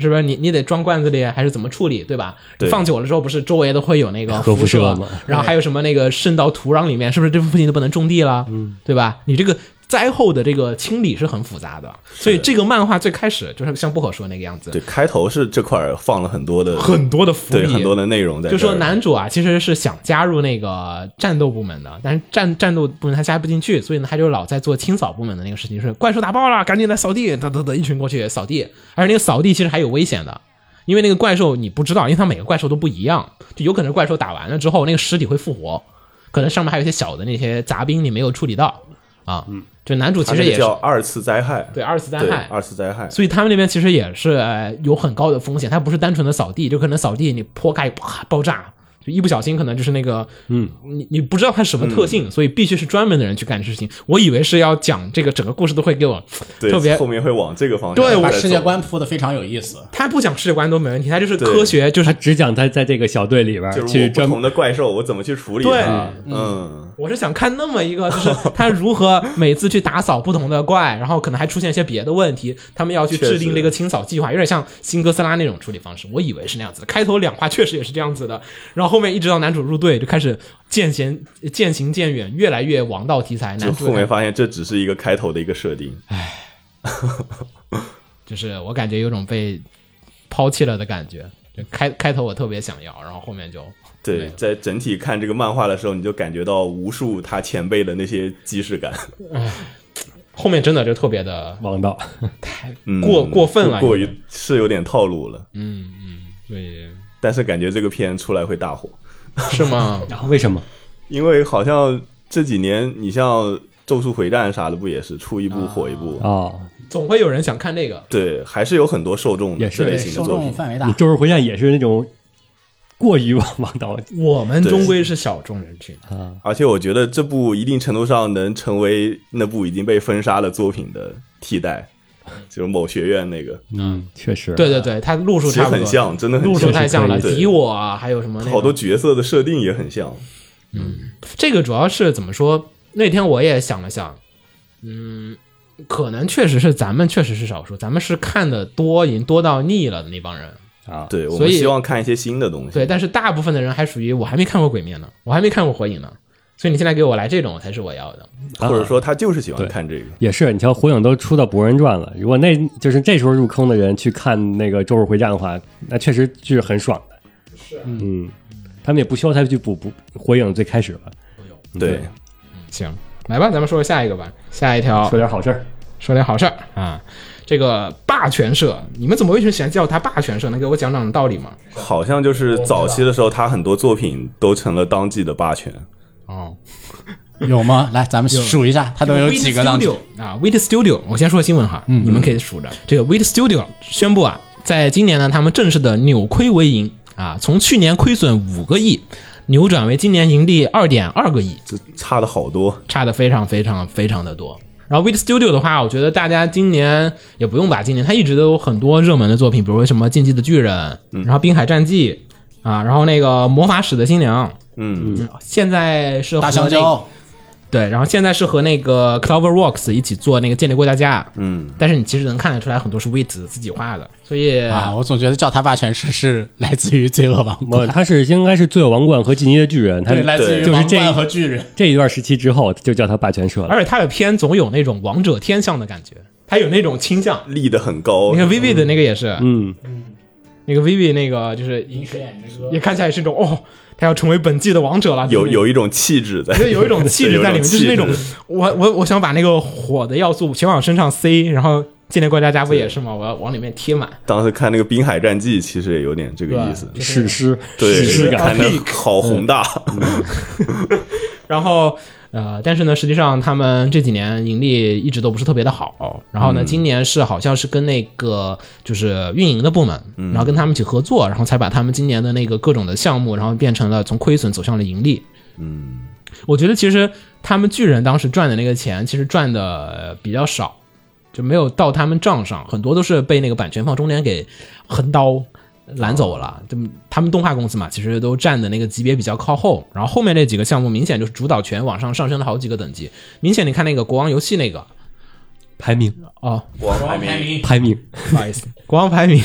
A: 是不是你你得装罐子里，还是怎么处理，对吧？
D: 嗯对
A: 放久了之后，不是周围都会有那个
E: 核辐
A: 辐
E: 射
A: 射
E: 嘛
A: 然后还有什么那个渗到土壤里面，是不是这附近都不能种地了？嗯，对吧？你这个灾后的这个清理是很复杂的，所以这个漫画最开始就是像不可说那个样子，
D: 对，开头是这块儿放了很多的
A: 很多的伏
D: 对
A: 笔，
D: 很多的内容在这
A: 就
D: 儿，
A: 说男主啊，其实是想加入那个战斗部门的，但是战战斗部门他加不进去，所以呢，他就老在做清扫部门的那个事情，就是怪兽打爆了，赶紧来扫地，得得得，一群过去扫地。而且那个扫地其实还有危险的，因为那个怪兽你不知道，因为它每个怪兽都不一样，就有可能怪兽打完了之后，那个尸体会复活，可能上面还有一些小的那些杂兵你没有处理到啊。就男主
D: 它
A: 其实
D: 这
A: 也是
D: 叫二次灾害，
A: 对二次灾
D: 对
A: 害，
D: 二次灾害，
A: 所以他们那边其实也是、呃有很高的风险，它不是单纯的扫地，就可能扫地你坡盖啪爆炸，就一不小心可能就是那个，嗯，你你不知道它什么特性，
D: 嗯
A: 所以必须是专门的人去干事情。我以为是要讲这个整个故事都会给我
D: 对，
A: 特别
D: 后面会往这个方向
A: 对我
D: 来
C: 把
D: 走
C: 世界观铺的非常有意思。
A: 他不讲世界观都没问题，他就是
D: 对
A: 科学，就
E: 他
A: 是
E: 只讲他在这个小队里边儿
D: 就是我
E: 去
D: 不
E: 专
D: 同的怪兽，我怎么去处理
A: 对
D: 它？嗯，
A: 我是想看那么一个，就是 他如何每次去打扫不同的怪，然后可能还出现一些别的问题，他们要去
D: 确实
A: 制定这个清扫计划，有点像新哥斯拉那种处理方式。我以为是那样子的，开头两话确实也是这样子的，然后后面一直到男主入队就开始渐行渐行渐远，越来越王道题材。
D: 就
A: 男主
D: 后面发现这只是一个开头的一个设定，
A: 就是我感觉有种被抛弃了的感觉。就开开头我特别想要，然后后面就
D: 对，在整体看这个漫画的时候，你就感觉到无数他前辈的那些既视感，
A: 后面真的就特别的
E: 王道。
D: 嗯，
A: 过过分了
D: 过
A: 有
D: 于是有点套路了，
A: 嗯嗯，对，
D: 但是感觉这个片出来会大火，
A: 是吗？
E: 然后为什么？
D: 因为好像这几年你像《咒术回战》啥的，不也是出一
A: 啊
D: 部火一部？
E: 哦，
A: 总会有人想看这个。
D: 对，还是有很多受众的
E: 也是
D: 这类
C: 对，
D: 型的
C: 受
D: 作
C: 众
D: 品。
C: 范围
E: 你
C: 大，
E: 《咒术回战》也是那种过于王王道了
A: 我们
D: 对
A: 终归是小众人群，
E: 啊，
D: 而且我觉得这部一定程度上能成为那部已经被封杀的作品的替代，就是某学院那个，
E: 嗯，确实，
A: 对对对，他路数
D: 其实
A: 差不
D: 很
A: 多，
D: 像，真的很
A: 路数
D: 像
A: 太像了。
D: 对
A: 敌我啊，还有什么那种
D: 好多角色的设定也很像。
A: 这个主要是怎么说？那天我也想了想，嗯，可能确实是咱们确实是少数，咱们是看的多，已经多到腻了的那帮人。
E: 啊，
D: 对，我
A: 所
D: 们
A: 以
D: 希望看一些新的东西。
A: 对，但是大部分的人还属于我还没看过《鬼灭》呢，我还没看过《火影》呢，所以你现在给我来这种才是我要的。嗯
D: 或者说他就是喜欢
E: 对
D: 看这个。
E: 啊也是，你瞧，火影都出到《博人传》了，如果那就是这时候入坑的人去看那个《咒术回战》的话，那确实是很爽的。是，嗯，他们也不需要再去补补火影最开始了，
D: 对，
A: 行，来吧，咱们说说下一个吧。下一条
E: 说点好事儿。
A: 说点好事儿啊，这个霸权社，你们怎么会一直喜欢叫它霸权社？能给我讲讲道理吗？
D: 好像就是早期的时候，他很多作品都成了当季的霸权。
A: 哦，
C: 有吗？来，咱们数一下，它都有几个当嗯中
A: Wit？Studio 啊？Wit Studio，我先说新闻哈，你们可以数着。这个 Wit Studio 宣布啊，在今年呢，他们正式的扭亏为盈啊，从去年亏损五个亿，扭转为今年盈利二点二个亿，
D: 这差的好多，
A: 差的非常非常非常的多。然后 Wit Studio 的话，我觉得大家今年也不用把今年，它一直都有很多热门的作品，比如说什么《进击的巨人》，然后《滨海战记》啊，然后那个《魔法使的新娘》，
D: 嗯，
A: 嗯，现在是和
C: 大香
A: 那
C: 蕉，
A: 对，然后现在是和那个 CloverWorks 一起做那个建立过家家，
D: 嗯，
A: 但是你其实能看得出来很多是 Wit 自己画的，所以
C: 啊，我总觉得叫它霸权是是来自于罪恶王国，
E: 我他是应该是《罪恶王冠》和《进击的巨人》，他
C: 对，来自于
E: 就是
C: 王
E: 这
C: 冠和巨人。
E: 这一段时期之后就叫他霸权社了。
A: 而且他的片总有那种王者天象的感觉，他有那种倾向。
D: 立的很高
A: 你。看 Vivi 的那个也是，
E: 嗯，
A: 那个 Vivi 那个就是
C: 银水眼之歌
A: 也看起来是一种哦，他要成为本季的王者了，
D: 有
A: 就是
D: 有一种气质在
A: 那。，就有一种气质
D: 对
A: 在 里面，就是那种
D: 气质
A: 我我我想把那个火的要素全往身上塞，然后建立过家家不也是吗？我要往里面贴满，
D: 当时看那个《滨海战记》，其实也有点这个意思。
E: 史诗，
D: 对
E: 史，诗感。
D: 看的好宏大。
A: 嗯然后呃，但是呢，实际上他们这几年盈利一直都不是特别的好。然后呢，今年是好像是跟那个就是运营的部门，然后跟他们一起合作，然后才把他们今年的那个各种的项目，然后变成了从亏损走向了盈利。嗯，我觉得其实他们巨人当时赚的那个钱，其实赚的比较少。就没有到他们账上，很多都是被那个版权方中间给横刀拦走了。这么他们动画公司嘛，其实都占的那个级别比较靠后。然后后面那几个项目明显就是主导权往上上升了好几个等级。明显你看那个国王游戏那个，
E: 排名，
A: 哦，
C: 王
D: 王牌
C: 排名
E: 排名，
A: 不好意思，国王排名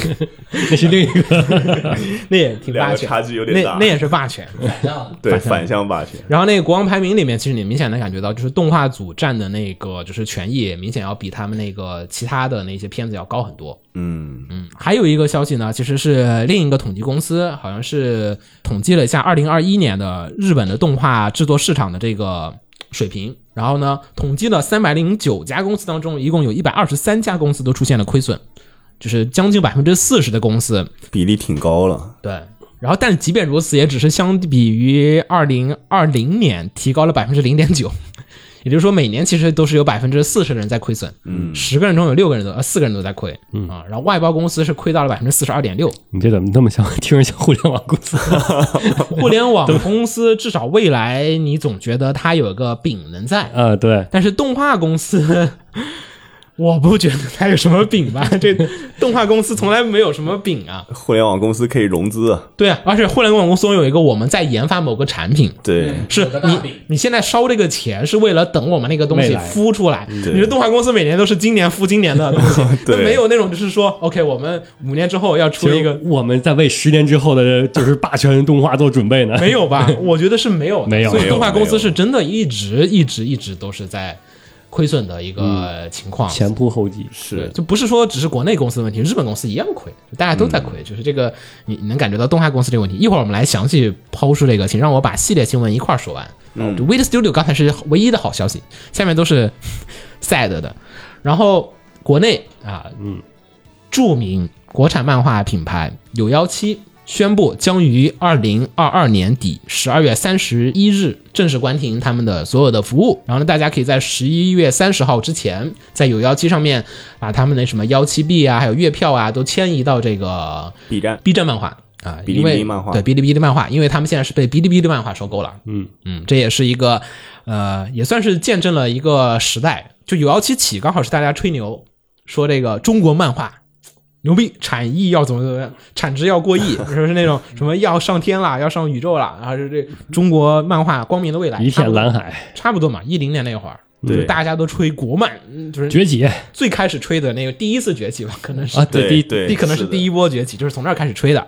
E: 那是另一个。
A: 那也挺
D: 两
A: 霸
D: 个
A: 权，
D: 差距有点
A: 那
D: 大，
A: 那也是霸权。
D: 对反向霸权。
A: 然后那个国王排名里面，其实你明显能感觉到，就是动画组占的那个就是权益，明显要比他们那个其他的那些片子要高很多。
D: 嗯，
A: 嗯，还有一个消息呢，其实是另一个统计公司，好像是统计了一下二零二一年的日本的动画制作市场的这个水平。然后呢，统计了三百零九家公司当中，一共有一百二十三家公司都出现了亏损，就是将近百分之四十的公司
D: 比例挺高了。
A: 对，然后但即便如此，也只是相比于二零二零年提高了百分之零点九，也就是说每年其实都是有百分之四十的人在亏损，
D: 嗯
A: 十个人中有六个人都呃四个人都在亏，嗯啊，然后外包公司是亏到了百分之四十二点六，
E: 你这怎么那么像？听着像互联网公司？
A: 互联网公司至少未来你总觉得它有个饼能在，
E: 呃，对，
A: 但是动画公司。 我不觉得它有什么饼吧，这动画公司从来没有什么饼啊。
D: 互联网公司可以融资啊，
A: 对啊，而且互联网公司有一个我们在研发某个产品，
D: 对，
A: 是
C: 个大
A: 你
C: 饼
A: 你现在烧这个钱是为了等我们那个东
E: 未
A: 西
E: 来
A: 孵出来。
D: 对
A: 你说动画公司每年都是今年孵今年的东 西
D: ，对
A: 那没有那种就是说，OK，我们五年之后要
E: 其
A: 出一
E: 实
A: 个，
E: 我们在为十年之后的就是霸权动画做准备呢。
A: 没有吧？ 我觉得是没有的，
E: 没有
A: 所以动画公
D: 没有
A: 司是真的一直一直一直都是在亏损的一
E: 嗯
A: 个情况。
E: 前仆后继，
A: 对
D: 是，
A: 就不是说只是国内公司的问题，日本公司一样亏，大家都在亏，就是这个你你能感觉到动画公司这个问题。一会儿我们来详细抛出这个，请让我把系列新闻一块儿说完。嗯 w a t Studio 刚才是唯一的好消息，下面都是 sad 的。然后国内啊，嗯，著名国产漫画品牌有妖七宣布将于二零二二年底十二月三十一日正式关停他们的所有的服务。然后呢，大家可以在十一月三十号之前，在有妖七上面把他们的什么妖七币啊，还有月票啊，都迁移到这个
D: B 站
A: B 站漫画啊，
D: 哔哩
A: 因为
D: 哔哩漫画
A: 对哔哩哔哩漫画，因为他们现在是被哔哩哔哩漫画收购了。嗯嗯，这也是一个呃，也算是见证了一个时代。就有妖七起，刚好是大家吹牛说这个中国漫画牛逼，产亿要怎么怎么样，产值要过亿， 就是那种什么要上天啦，要上宇宙啦，然后是这中国漫画光明的未来，
E: 一片蓝
A: 海，
E: 海
A: 差不多嘛，一零年那会儿。
D: 对
A: 就大家都吹国漫，嗯就是
E: 崛起
A: 最开始吹的那个第一次崛起吧，可能是
E: 啊！对，第一
D: 对，
A: 这可能是
D: 是
A: 第一波崛起，就是从这儿开始吹的，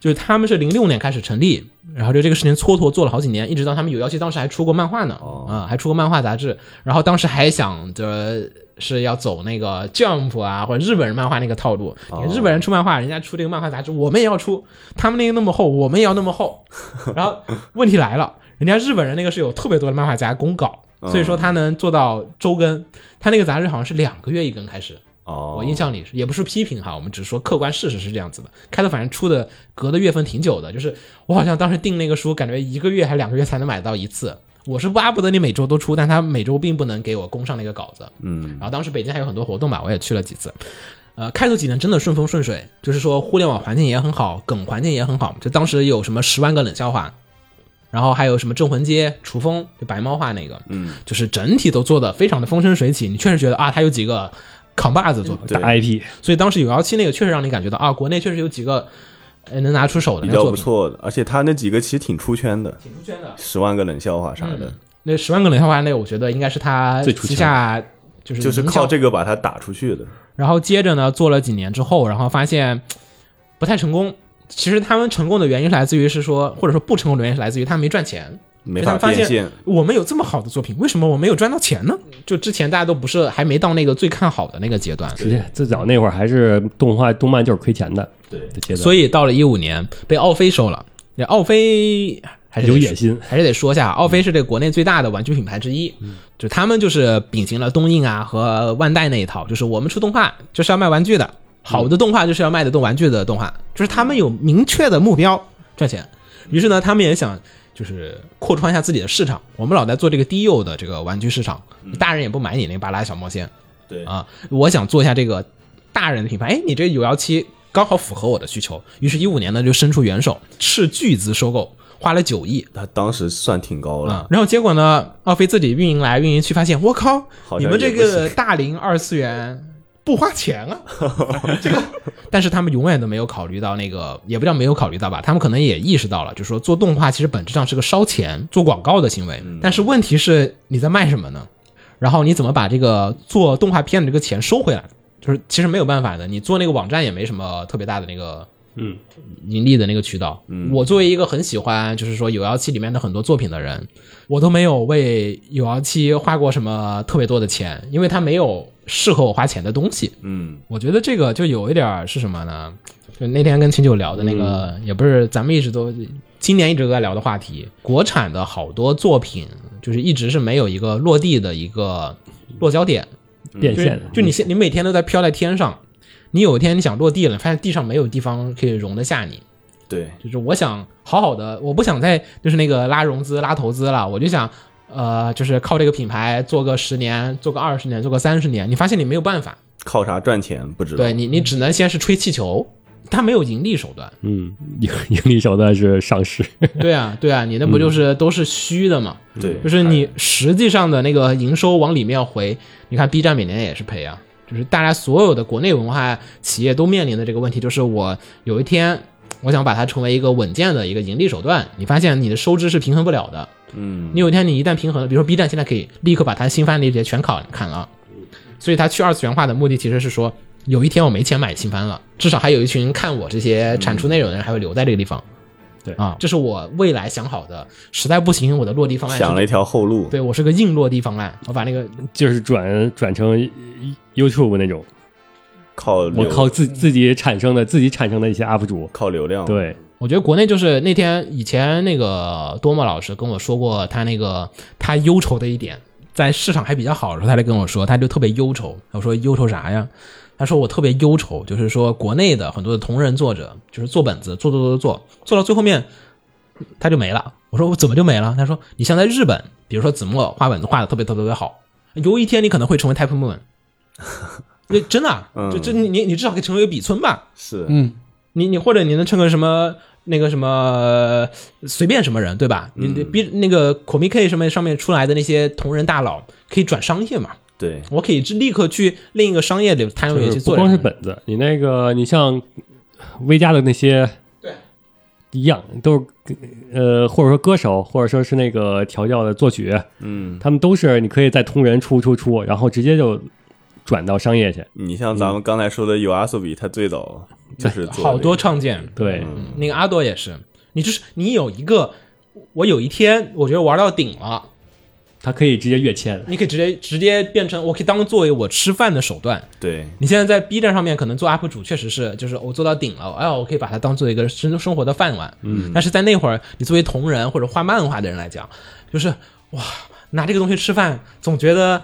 A: 就是他们是零六年开始成立，然后就这个事情蹉跎做了好几年，一直到他们有妖气，当时还出过漫画呢，啊、
D: 哦
A: 还出过漫画杂志，然后当时还想着是要走那个 Jump 啊或者日本人漫画那个套路，
D: 哦
A: 日本人出漫画，人家出这个漫画杂志，我们也要出，他们那个那么厚，我们也要那么 厚，然后问题来了，人家日本人那个是有特别多的漫画家公稿。所
D: 嗯
A: 以说他能做到周更，他那个杂志好像是两个月一更开始，
D: 哦，
A: 我印象里是也不是批评哈，我们只是说客观事实是这样子的。开头反正出的隔的月份挺久的，就是我好像当时订那个书，感觉一个月还是两个月才能买到一次。我是巴不得你每周都出，但他每周并不能给我供上那个稿子。
D: 嗯
A: 然后当时北京还有很多活动吧，我也去了几次。呃，开头几年真的顺风顺水，就是说互联网环境也很好，梗环境也很好。就当时有什么十万个冷笑话，然后还有什么镇魂街、楚风，就白猫画那个，
D: 嗯，
A: 就是整体都做的非常的风生水起。你确实觉得啊，他有几个扛把子做，
D: 嗯对
E: 大 IP，
A: 所以当时有幺七那个确实让你感觉到啊，国内确实有几个呃能拿出手的
D: 比
A: 那
D: 较
A: 作
D: 不
A: 品，
D: 错的，而且他那几个其实挺出圈的，
A: 挺出圈的。
D: 十万个冷笑话啥的，
A: 那十万个冷笑话那，我觉得应该是他
E: 最出
A: 旗
E: 圈
A: 下就是
D: 就是
A: 营销
D: 靠这个把它打出去的。
A: 然后接着呢，做了几年之后，然后发现不太成功。其实他们成功的原因是来自于是说，或者说不成功的原因是来自于他们没赚钱。
D: 没
A: 就他
D: 法
A: 们发
D: 变
A: 现
D: 现，
A: 我们有这么好的作品，为什么我没有赚到钱呢？就之前大家都不是还没到那个最看好的那个阶段，
E: 直接最早那会儿还是动画动漫就是亏钱的，
D: 对
E: 的阶段，
A: 所以到了一五年被奥飞收了。那奥飞还是得
E: 有野心嗯
A: 还是得说一下，奥飞是这个国内最大的玩具品牌之一，就他们就是秉行了东映啊和万代那一套，就是我们出动画就是要卖玩具的，好的动画就是要卖的动玩具的动画，就是他们有明确的目标赚钱。于是呢，他们也想就是扩充一下自己的市场，我们老在做这个低幼的这个玩具市场，
E: 嗯
A: 大人也不买你那巴拉小魔仙，
D: 对
A: 啊，我想做一下这个大人的品牌。哎，你这有幺七刚好符合我的需求，于是，一五年呢就伸出援手，斥巨资收购，花了九亿。
D: 他当时算挺高
A: 啊、
D: 了，
A: 然后结果呢？奥飞自己运营来运营去，发现我靠，
D: 好
A: 你
D: 像
A: 们这
D: 也不行
A: 个大龄二次元不花钱 啊！这个，但是他们永远都没有考虑到那个，也不叫没有考虑到吧，他们可能也意识到了，就是说做
D: 嗯
A: 动画其实本质上是个烧钱、做广告的行为。但是问题是你在卖什么呢？然后你怎么把这个做动画片的这个钱收回来？就是其实没有办法的，你做那个网站也没什么特别大的那个
F: 嗯
A: 盈利的那个渠道。
D: 嗯
A: 我作为一个很喜欢就是说有妖七里面的很多作品的人，我都没有为有妖七花过什么特别多的钱，因为它没有适合我花钱的东西。
D: 嗯
A: 我觉得这个就有一点儿是什么呢？嗯就那天跟秦九聊的那个，也不是咱们一直都今年一直都在聊的话题。国产的好多作品，就是一直是没有一个落地的一个落脚点，
E: 嗯变
A: 就
E: 现
A: 是，就你现你每天都在飘在天上，你有一天你想落地了，发现地上没有地方可以容得下你。
D: 对，
A: 就是我想好好的，我不想再就是那个拉融资、拉投资了，我就想，呃，就是靠这个品牌做个十年、做个二十年、做个三十年。你发现你没有办法，
D: 靠啥赚钱不知道
A: 对，你，你只能先是吹气球，它没有盈利手段。
E: 嗯， 盈盈利手段是上市，
A: 对啊，对啊，你那不就是都是虚的嘛？
D: 对，
A: 就是你实际上的那个营收往里面回，你看 B 站每年也是赔啊。就是大家所有的国内文化企业都面临的这个问题，就是我有一天我想把它成为一个稳健的一个盈利手段，你发现你的收支是平衡不了的。
D: 嗯
A: 你有一天你一旦平衡了，比如说 B 站现在可以立刻把它新番的一些全砍砍了，所以他去二次元化的目的其实是说，有一天我没钱买新番了，至少还有一群看我这些产出内容的人还会留在这个地方。
E: 对
A: 啊，这是我未来想好的，实在不行我的落地方案是
D: 想了一条后路，
A: 对我是个硬落地方案，我把那个
E: 就是转转成呃 YouTube 那种，
D: 靠
E: 我
D: 流
E: 靠自自己产生的自己产生的一些 UP 主，
D: 靠流量，，
E: 对，
A: 我觉得国内就是那天以前那个多么老师跟我说过，他那个他忧愁的一点，在市场还比较好的时候，他就跟我说，他就特别忧愁。我说忧愁啥呀？他说我特别忧愁，就是说国内的很多的同人作者，就是做本子做做做做做到最后面，他就没了。我说我怎么就没了？他说你像在日本，比如说子墨画本子画的特别特别特别好，有一天你可能会成为 Type Moon，那真的啊，
D: 嗯
A: 就就你你你至少可以成为一个比村吧。
D: 是，
C: 嗯，
A: 你你或者你能成个什么那个什么随便什么人对吧？
E: 嗯
A: 你你比那个 Comic K 上面上面出来的那些同人大佬可以转商业嘛？
D: 对，
A: 我可以立刻去另一个商业的摊位
E: 就
A: 去
E: 是不
A: 做。
E: 光是，本子，你那个你像微家的那些，
A: 对，
E: 一样都是呃，或者说歌手，或者说是那个调教的作曲，
D: 嗯，
E: 他们都是你可以在同人出出出，然后直接就转到商业去。
D: 你像咱们刚才说的 u a s o b i 他最早就是做
A: 好
D: 那
A: 多
D: 个
A: 创建，
E: 对，
A: 那个阿朵也是，你就是你有一个，我有一天我觉得玩到顶了，
E: 他可以直接跃迁。
A: 你可以直接直接变成我可以当作为我吃饭的手段。
D: 对，
A: 你现在在 B 站上面可能做 UP 主，确实是就是我做到顶了，哎，我可以把它当做一个生生活的饭碗。嗯，但是在那会儿，你作为同人或者画漫画的人来讲，就是哇，拿这个东西吃饭，总觉得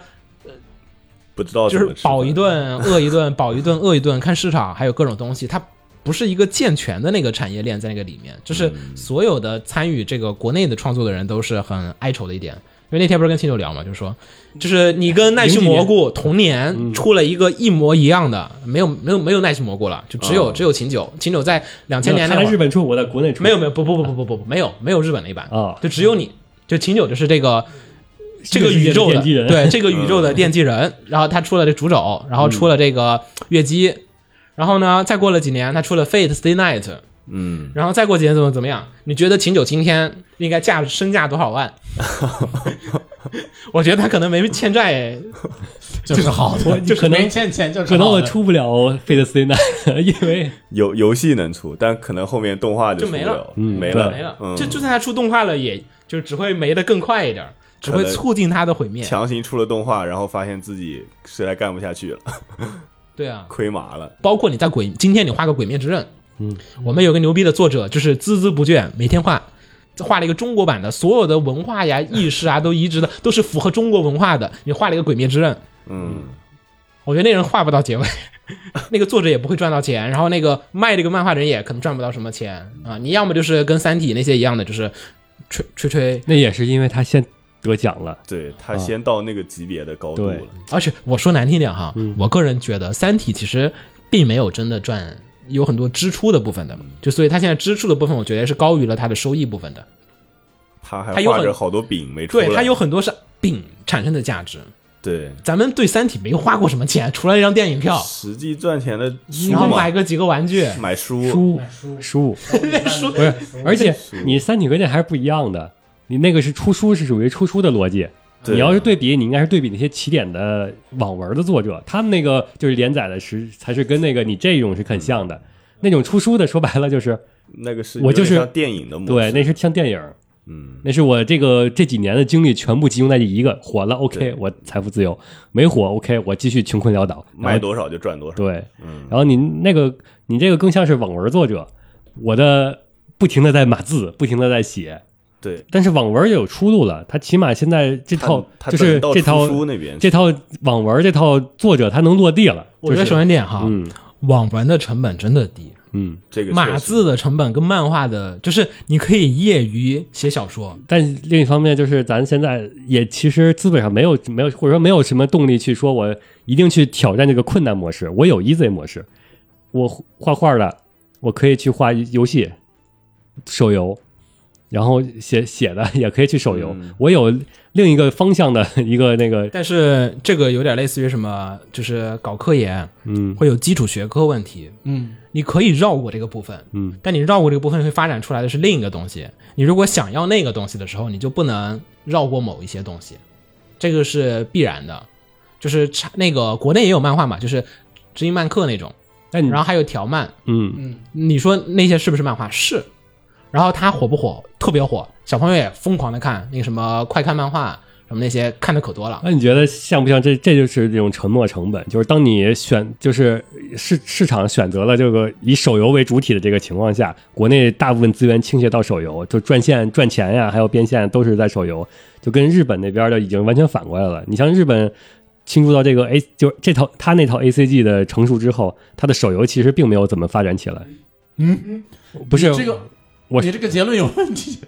D: 不知道
A: 就
D: 哦怎
A: 是
D: 么吃
A: 饱一
D: 饭，
A: 顿饿一顿，饱一顿饿一顿，看市场还有各种东西，它不是一个健全的那个产业链在那个里面，就是
D: 嗯
A: 所有的参与这个国内的创作的人都是很哀愁的一点。因为那天不是跟秦九聊嘛，就是说，就是你跟奈须蘑菇同
D: 嗯
A: 年出了一个一模一样的，没有没有没有奈须蘑菇了，就只有、
D: 哦
A: 只有秦九，秦九在两千年
E: 他
A: 那
E: 在
A: 会
E: 日
A: 儿
E: 本出，我在国内出，
A: 没有没有不不不不不不不没有没有日本那一版
E: 哦
A: 就只有你就秦九就是这个这个
E: 世界
A: 宇宙的
E: 奠基人
A: 对这个宇宙的奠基人，然后他出了这主轴，然后出了这个月姬，然后呢，再过了几年，他出了 Fate Stay Night，
D: 嗯，
A: 然后再过几年怎么怎么样？你觉得秦九今天应该价身价多少万？我觉得他可能没欠债，
C: 就是好的，
E: 就可能
C: 没欠钱，就是
E: 可能
C: 好
E: 我
C: 的
E: 出不了 Fate Stay Night，因 为
D: 游游戏能出，但可能后面动画
A: 就
D: 出
A: 没
D: 不
A: 了
D: 了，
E: 嗯
D: 没
E: 对，
D: 了，
A: 没了，
D: 嗯
A: 就就算他出动画了，也就只会没得更快一点儿，只会
D: 可能
A: 促进他的毁灭。
D: 强行出了动画，然后发现自己实在干不下去了，
A: 对啊，
D: 亏麻了，
A: 包括你在鬼，今天你画个《鬼灭之刃》，嗯，我们有个牛逼的作者，就是孜孜不倦，每天画，画了一个中国版的，所有的文化呀、意识啊都移植的都是符合中国文化的。你画了一个《鬼灭之刃》，
D: 嗯，
A: 我觉得那人画不到结尾， 那个作者也不会赚到钱，然后那个卖这个漫画的人也可能赚不到什么钱啊。你要么就是跟《三体》那些一样的，就是吹吹吹
E: 那也是因为他先得奖了。
D: 对
A: 啊
D: 他先到那个级别的高度
E: 对
D: 了，
A: 而且我说难听点哈，
D: 嗯
A: 我个人觉得《三体》其实并没有真的赚，有很多支出的部分的，就所以他现在支出的部分，我觉得是高于了他的收益部分的。
D: 他
A: 他
D: 还
A: 有
D: 画
A: 很
D: 着好多饼没出来，
A: 对，它有很多是饼产生的价值。
D: 对
A: 咱们对《三体》没花过什么钱，除了一张电影票，
D: 实际赚钱的书
A: 然后
D: 嘛
A: 啊买个几个玩具，
D: 买书，
E: 书书，
A: 书
E: 不是，而且你三体和那还是不一样的。你那个是出书，是属于出书的逻辑，
D: 对
E: 你要是对比，你应该是对比那些起点的网文的作者，他们那个就是连载的是才是跟那个你这种是很像的。那种出书的，说白了就是
D: 那个是
E: 我就是
D: 有点像电影的模
E: 对，
D: 式
E: 那是像电影，
D: 嗯，
E: 那是我这个这几年的精力全部集中在这一个火了，OK，
D: 对
E: 我财富自由；没火，OK，我继续穷困潦倒。然
D: 卖
E: 后
D: 多少就赚多少，
E: 对，
D: 嗯，
E: 然后你那个你这个更像是网文作者，我的不停的在码字，不停的在写，
D: 对，
E: 但是网文也有出路了，他起码现在这
D: 他
E: 套
D: 他
E: 就是
D: 转到
E: 这套
D: 出书那边去，
E: 这套网文这套作者他能落地了，
A: 我觉得
E: 就是
A: 首先点哈，
E: 嗯
A: 网文的成本真的低，
E: 嗯，
D: 这个
A: 码
D: 确实
A: 字的成本跟漫画的，就是你可以业余写小说，
E: 但另一方面就是咱现在也其实资本上没有没有或者说没有什么动力去说我一定去挑战这个困难模式，我有 easy 模式，我画画的我可以去画游戏手游。然后写写的也可以去手游，
D: 嗯
E: 我有另一个方向的一个那个，
A: 但是这个有点类似于什么，就是搞科研
E: 嗯
A: 会有基础学科问题，
C: 嗯，
A: 你可以绕过这个部分，
E: 嗯，
A: 但你绕过这个部分会发展出来的是另一个东西。你如果想要那个东西的时候，你就不能绕过某一些东西，这个是必然的。就是差那个国内也有漫画嘛，就是知音漫客那种，
E: 但你
A: 然后还有条漫，
E: 嗯
A: 你说那些是不是漫画？是。然后它火不火？特别火，小朋友也疯狂的看那个什么快看漫画什么那些看的可多了。
C: 哎
E: 那啊你觉得像不像这？这就是这种沉没成本，就是当你选，就是市市场选择了这个以手游为主体的这个情况下，国内大部分资源倾斜到手游，就赚现赚钱呀，还有变现都是在手游，就跟日本那边的已经完全反过来了。你像日本倾注到这个 A，就是这套他那套 ACG 的成熟之后，他的手游其实并没有怎么发展起来。嗯，不是
C: 这个
E: 我
C: 你这个结论有问题。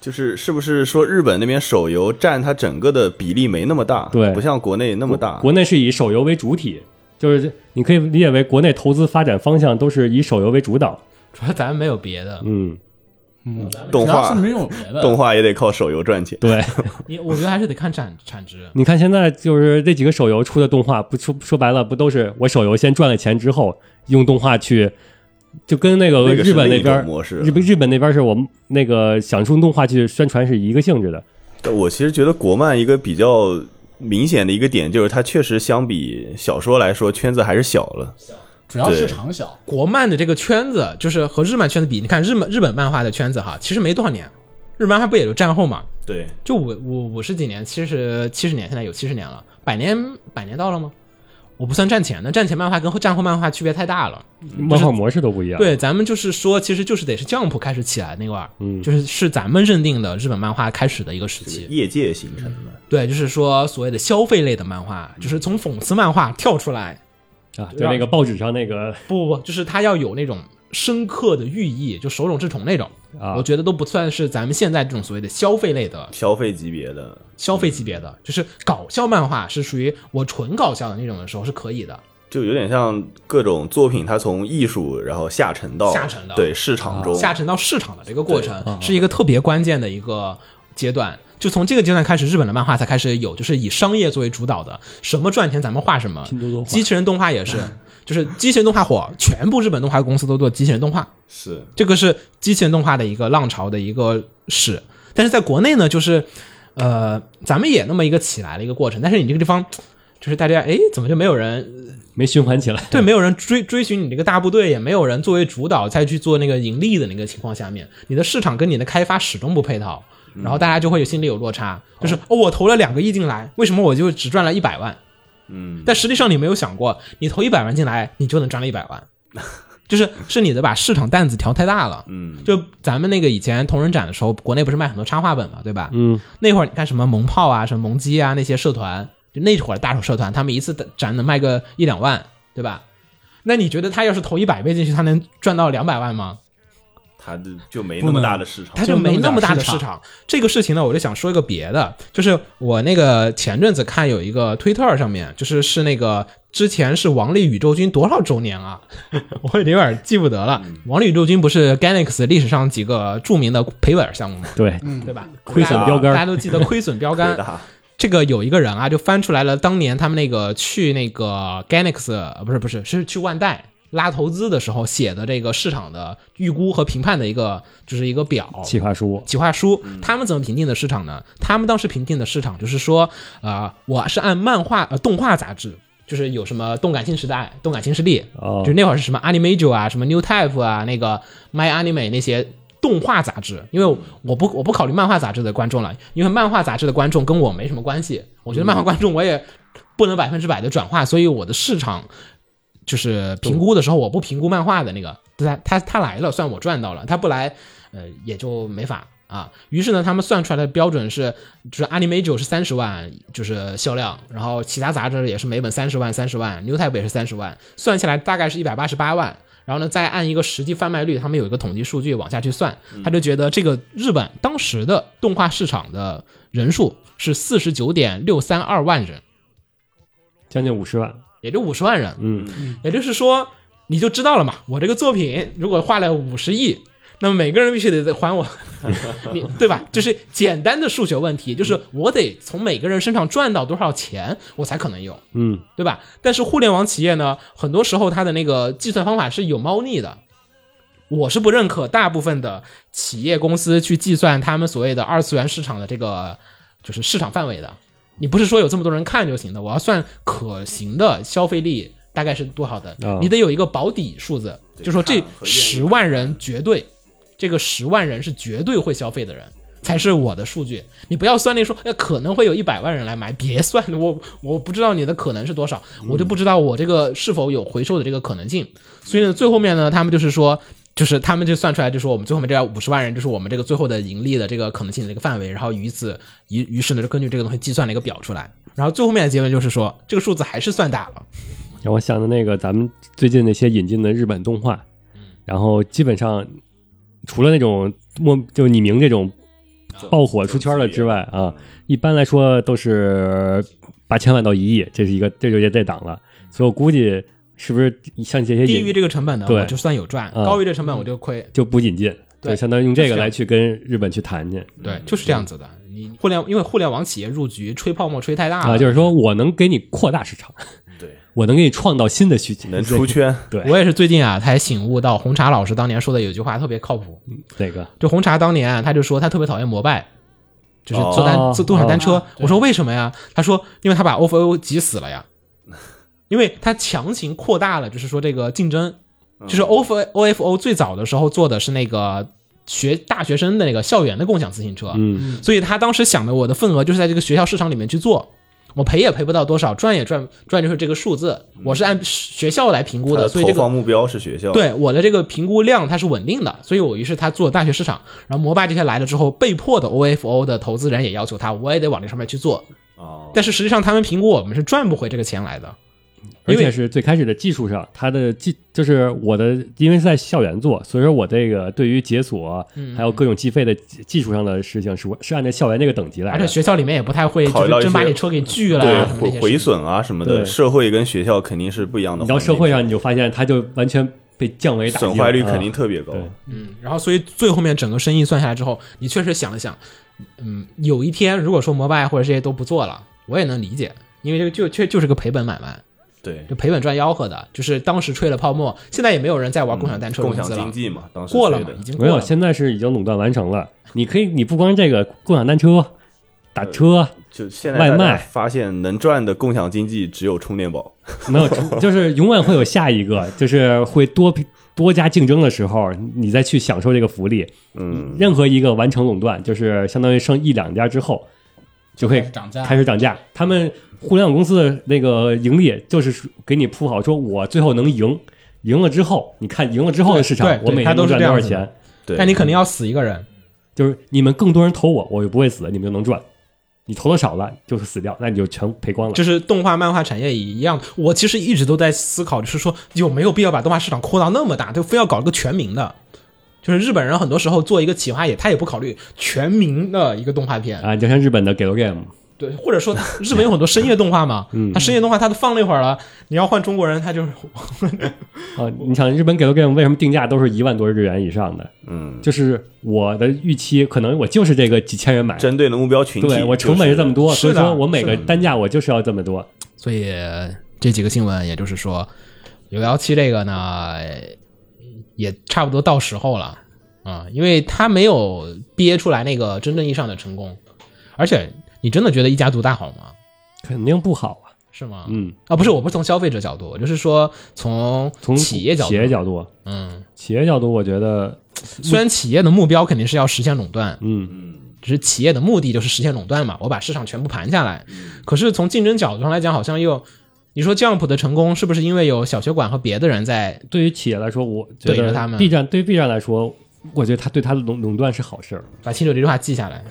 D: 就是是不是说日本那边手游占它整个的比例没那么大，
E: 对
D: 不像国内那么大，
E: 国内是以手游为主体，就是你可以理解为国内投资发展方向都是以手游为主导。
A: 主要咱们没有别的，
E: 嗯，
D: 动
C: 主要
D: 画
C: 是没有别的，
D: 动画也得靠手游赚钱，
E: 对，
A: 你我觉得还是得看产产值。
E: 你看现在就是这几个手游出的动画，不说说白了，不都是我手游先赚了钱之后，用动画去，就跟那个
D: 那个是
E: 日本那边
D: 另一种模式
E: 日本日本那边是我们那个想出动画去宣传是一个性质的。
D: 但我其实觉得国漫一个比较明显的一个点就是，它确实相比小说来说，圈子还是小了。
C: 主要市
D: 对
C: 场小，
A: 国漫的这个圈子，就是和日漫圈子比，你看日本日本漫画的圈子哈，其实没多少年，日漫还不也就战后嘛，
D: 对，
A: 就五五五十几年，七十七十年，现在有七十年了，百年百年到了吗？我不算战前的，战前漫画跟战后漫画区别太大了。
D: 嗯
E: 漫画模式都不一样。，
A: 对，咱们就是说，其实就是得是 Jump 开始起来那会儿，嗯，就是是咱们认定的日本漫画开始的一个时期。
D: 业界形成的。
A: 对，就是说所谓的消费类的漫画，就是从讽刺漫画跳出来，
E: 啊，就那个报纸上那个
A: 不不不，就是它要有那种深刻的寓意，就手冢治虫那种，
E: 啊
A: 我觉得都不算是咱们现在这种所谓的消费类的
D: 消费级别的，
A: 消费级别的，就是搞笑漫画是属于我纯搞笑的那种的时候是可以的，
D: 就有点像各种作品，它从艺术然后下沉到
A: 下沉到啊
D: 对市场中，
A: 下沉到市场的这个过程是一个特别关键的一个阶段。就从这个阶段开始，日本的漫画才开始有，就是以商业作为主导的，什么赚钱咱们画什么。机器人动画也是，就是机器人动画火，全部日本动画公司都做机器人动画。
D: 是
A: 这个是机器人动画的一个浪潮的一个史。但是在国内呢，就是呃，咱们也那么一个起来的一个过程，但是你这个地方。就是大家哎，怎么就没有人呃
E: 没循环起来。
A: 对，没有人追追寻你这个大部队，也没有人作为主导再去做那个呃盈利的那个情况下面，你的市场跟你的开发始终不配套，然后大家就会有心里有落差，就是哦，我投了两个亿进来，为什么我就只赚了一百万？
D: 嗯，
A: 但实际上你没有想过，你投一百万进来，你就能赚了一百万，就是是你的把市场担子调太大了。
D: 嗯，
A: 就咱们那个以前同人展的时候，国内不是卖很多插画本嘛，对吧？
E: 嗯，
A: 那会儿你看什么萌炮啊、什么萌鸡啊那些社团，就那会儿的大手社团，他们一次展能卖个一两万，对吧？那你觉得他要是投一百倍进去，他能赚到两百万吗？
D: 它就就没那么大的市场
A: 他，就没那么大的市场。这个事情呢，我就想说一个别的，就是我那个前阵子看有一个推特上面，就是是那个之前是王力宇宙军多少周年啊， 我有点记不得了。王力宇宙军不是 Galaxy 历史上几个著名的赔本项目吗？
E: 对，
C: 嗯
A: 对吧？
E: 亏损标杆
A: 大家都记得亏损 标杆
D: 特别。大，
A: 这个有一个人啊，就翻出来了当年他们那个去那个 Ganex，呃不是不是，是去万代拉投资的时候写的这个市场的预估和评判的一个就是一个表，
E: 计划书，
A: 企划书，他们怎么评定的市场呢？他们当时评定的市场就是说，啊，我是按漫画呃动画杂志，就是有什么动感新时代、动感新势力，
E: 哦
A: 就是那会儿是什么 Animage 啊、什么 New Type 啊、那个 My Anime 那些。动画杂志，因为我不我不考虑漫画杂志的观众了，因为漫画杂志的观众跟我没什么关系。我觉得漫画观众我也不能百分之百的转化，所以我的市场就是评估的时候，我不评估漫画的那个，他他他来了，算我赚到了；他不来，呃，也就没法啊。于是呢，他们算出来的标准是，就是 Animage 是三十万，就是销量，然后其他杂志也是每本三十万，三十万，New Type 也是三十万，算下来大概是一百八十八万。然后呢，再按一个实际贩卖率，他们有一个统计数据往下去算，他就觉得这个日本当时的动画市场的人数是四十九点六三二万人，
E: 将近五十万，
A: 也就五十万人。
E: 嗯，
A: 也就是说，你就知道了嘛。我这个作品如果花了五十亿，那么每个人必须得还我， 你对吧？就是简单的数学问题，就是我得从每个人身上赚到多少钱，我才可能有，
E: 嗯，
A: 对吧？但是互联网企业呢，很多时候它的那个计算方法是有猫腻的。我是不认可大部分的企业公司去计算他们所谓的二次元市场的这个就是市场范围的。你不是说有这么多人看就行的，我要算可行的消费力大概是多少的，
E: 啊
A: 你得有一个保底数字，就说这
D: 看和愿意
A: 十万人绝对，这个十万人是绝对会消费的人。才是我的数据，你不要算那说，那可能会有一百万人来买，别算我，我不知道你的可能是多少，
E: 嗯
A: 我就不知道我这个是否有回收的这个可能性。所以呢，最后面呢，他们就是说，就是他们就算出来，就说我们最后面这五十万人，就是我们这个最后的盈利的这个可能性的这个范围，然后于此于于是呢，就根据这个东西计算了一个表出来，
E: 嗯
A: 然后最后面的结论就是说，这个数字还是算大了，
E: 让我想的那个咱们最近那些引进的日本动画，
A: 嗯
E: 然后基本上除了那种莫就你明这种爆火出圈了之外
A: 嗯
E: 啊，一般来说都是八千万到一亿，这是一个这就也这档了，所以我估计是不是像这些
A: 嗯低
E: 引
A: 于这个成本呢，
E: 对
A: 我就算有赚，
E: 嗯
A: 高于这个成本我就亏，
E: 就不引进，
A: 对
E: 就相当于用这
A: 就
E: 个
A: 是
E: 来去跟日本去谈去
A: 对，就是这样子的。你互联因为互联网企业入局吹泡沫吹太大了，
E: 啊，就是说我能给你扩大市场，
D: 对，
E: 我能给你创造新的需求，
D: 能出圈，
E: 对
A: 我也是最近啊才醒悟到红茶老师当年说的有句话特别靠谱，
E: 哪个
A: 就红茶当年啊，他就说他特别讨厌摩拜，就是坐单、
E: 哦
A: 坐共享单车。我说为什么呀？他说因为他把 OFO 挤死了 呀，因为他强行扩大了，就是说这个竞争，
E: 嗯
A: 就是 OFO OFO 最早的时候做的是那个学大学生的那个校园的共享自行车，
E: 嗯，
A: 所以他当时想的我的份额就是在这个学校市场里面去做。我赔也赔不到多少，赚也赚赚就是这个数字，
E: 嗯
A: 我是按学校来评估
D: 他
A: 的，
D: 的
A: 所以
D: 呃投
A: 这个
D: 放目标是学校，，
A: 对我的这个评估量它是稳定的，所以我于是他做大学市场，然后摩拜这些来了之后，被迫的 OFO 的投资人也要求他，我也得往这上面去做。
D: 哦，
A: 但是实际上他们评估我们是赚不回这个钱来的，
E: 而
A: 因
E: 且
A: 为
E: 是最开始的技术上，它的技就是我的，因为是在校园做，所以说我这个对于解锁、
A: 嗯
E: 还有各种计费的技技术上的事情是我是按照校园这个等级来
A: 而且
E: 的。
A: 学校里面也不太会
D: 考
A: 就
D: 虑到
A: 是
D: 一
A: 真把
D: 些
A: 你车给拒了
D: 对
A: 啊，什么
D: 毁
A: 那些
D: 毁
A: 事情。
D: 损啊什么的，
E: 对
D: 社会跟学校肯定是不一样的
E: 你到
D: 环境。
E: 社会上，你就发现它就完全被降维打击了
D: 损坏率肯定
E: 啊
D: 特别高，
E: 对
A: 嗯，然后所以最后面整个生意算下来之后，你确实想了想，嗯，有一天如果说摩拜或者这些都不做了，我也能理解，因为这个就确就是个赔本买卖，
D: 对
A: 就赔本赚吆喝的，就是当时吹了泡沫，现在也没有人在玩共享单车
D: 嗯共
A: 融
D: 享
A: 资了
D: 经。济嘛，当时
A: 过了
D: 推
A: 嘛，
D: 的
A: 已经
E: 没
A: 过了
E: 有，
A: 嘛。
E: 现在是已经垄断完成了。你可以，你不光这个共享单车、
D: 呃
E: 打车，
D: 就现在
E: 外
D: 大家
E: 卖
D: 发现能赚的共享经济只有充电宝，
E: 没有，就是永远会有下一个，就是会多多家竞争的时候，你再去享受这个福利。
D: 嗯，
E: 任何一个完成垄断，就是相当于剩一两家之后，就
C: 开
E: 会
C: 始涨价，
E: 开始涨价。他们互联网公司的那个盈利，就是给你铺好，说我最后能赢，赢了之后，你看赢了之后的市
A: 对
E: 场，
A: 对
E: 我每
A: 它
E: 年
A: 都
E: 能
A: 是
E: 赚
A: 这
E: 多
A: 样
E: 少
A: 子的
E: 钱？
D: 对，
A: 但你肯定要死一个人，
E: 就是你们更多人投我，我就不会死，你们就能赚。你投的少了，就是死掉，那你就全赔光了。
A: 就是动画、漫画产业也一样。我其实一直都在思考，就是说有没有必要把动画市场扩到那么大，就非要搞一个全民的。就是日本人很多时候做一个企划也，他也不考虑全民的一个动画片，
E: 啊，你就像日本的 Galo Game，
A: 对，或者说日本有很多深夜动画嘛，他深夜动画他都放那会儿了，你要换中国人，他就是
E: 啊，你想日本 Galo Game 为什么定价都是一万多日元以上的？
D: 嗯，
E: 就是我的预期，可能我就是这个几千人买，
D: 针对的目标群体，
E: 对我成本是这么多，所以
A: 是的
E: 说我每
A: 是
E: 个单价我就是要这么多。
A: 所以这几个新闻，也就是说，有聊七这个呢，也差不多到时候了啊、因为他没有憋出来那个真正意义上的成功，而且你真的觉得一家独大好吗？
E: 肯定不好啊。
A: 是吗？
E: 嗯，
A: 啊，不是，我不是从消费者角度，我就是说从
E: 从
A: 企业角度，
E: 企业角度，
A: 嗯，
E: 企业角度，我觉得，
A: 虽然企业的目标肯定是要实现垄断，
E: 嗯，
A: 只是企业的目的就是实现垄断嘛，我把市场全部盘下来。
E: 嗯
A: 可是从竞争角度上来讲，好像又，你说 Jump 的成功是不是因为有小学馆和别的人在？
E: 对于企业来说，我觉
A: 对着
E: 得
A: 他们
E: B 站对于 B 站来说，我觉得他对他的垄垄断是好事儿，
A: 把清酒这句话记下来，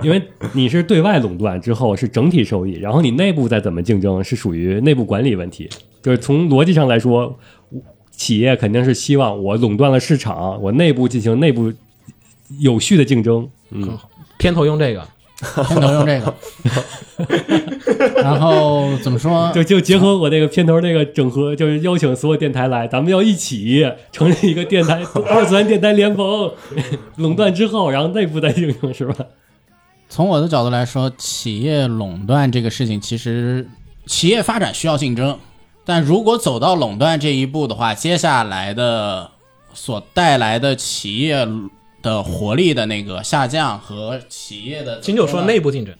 E: 因为你是对外垄断之后是整体收益，然后你内部再怎么竞争是属于内部管理问题。就是从逻辑上来说，我企业肯定是希望我垄断了市场，我内部进行内部有序的竞争。嗯，
A: 片头用这个，
C: 片头用这 个。然后怎么说？
E: 就就结合我那个片头那个整合，就是邀请所有电台来，咱们要一起成立一个电台 二次元电台联盟， 垄断之后，然后内部再竞争是吧？
C: 从我的角度来说，企业垄断这个事情，其实企业发展需要竞争，但如果走到垄断这一步的话，接下来的所带来的企业的活力的那个下降和企业的
A: 清酒说内部竞争，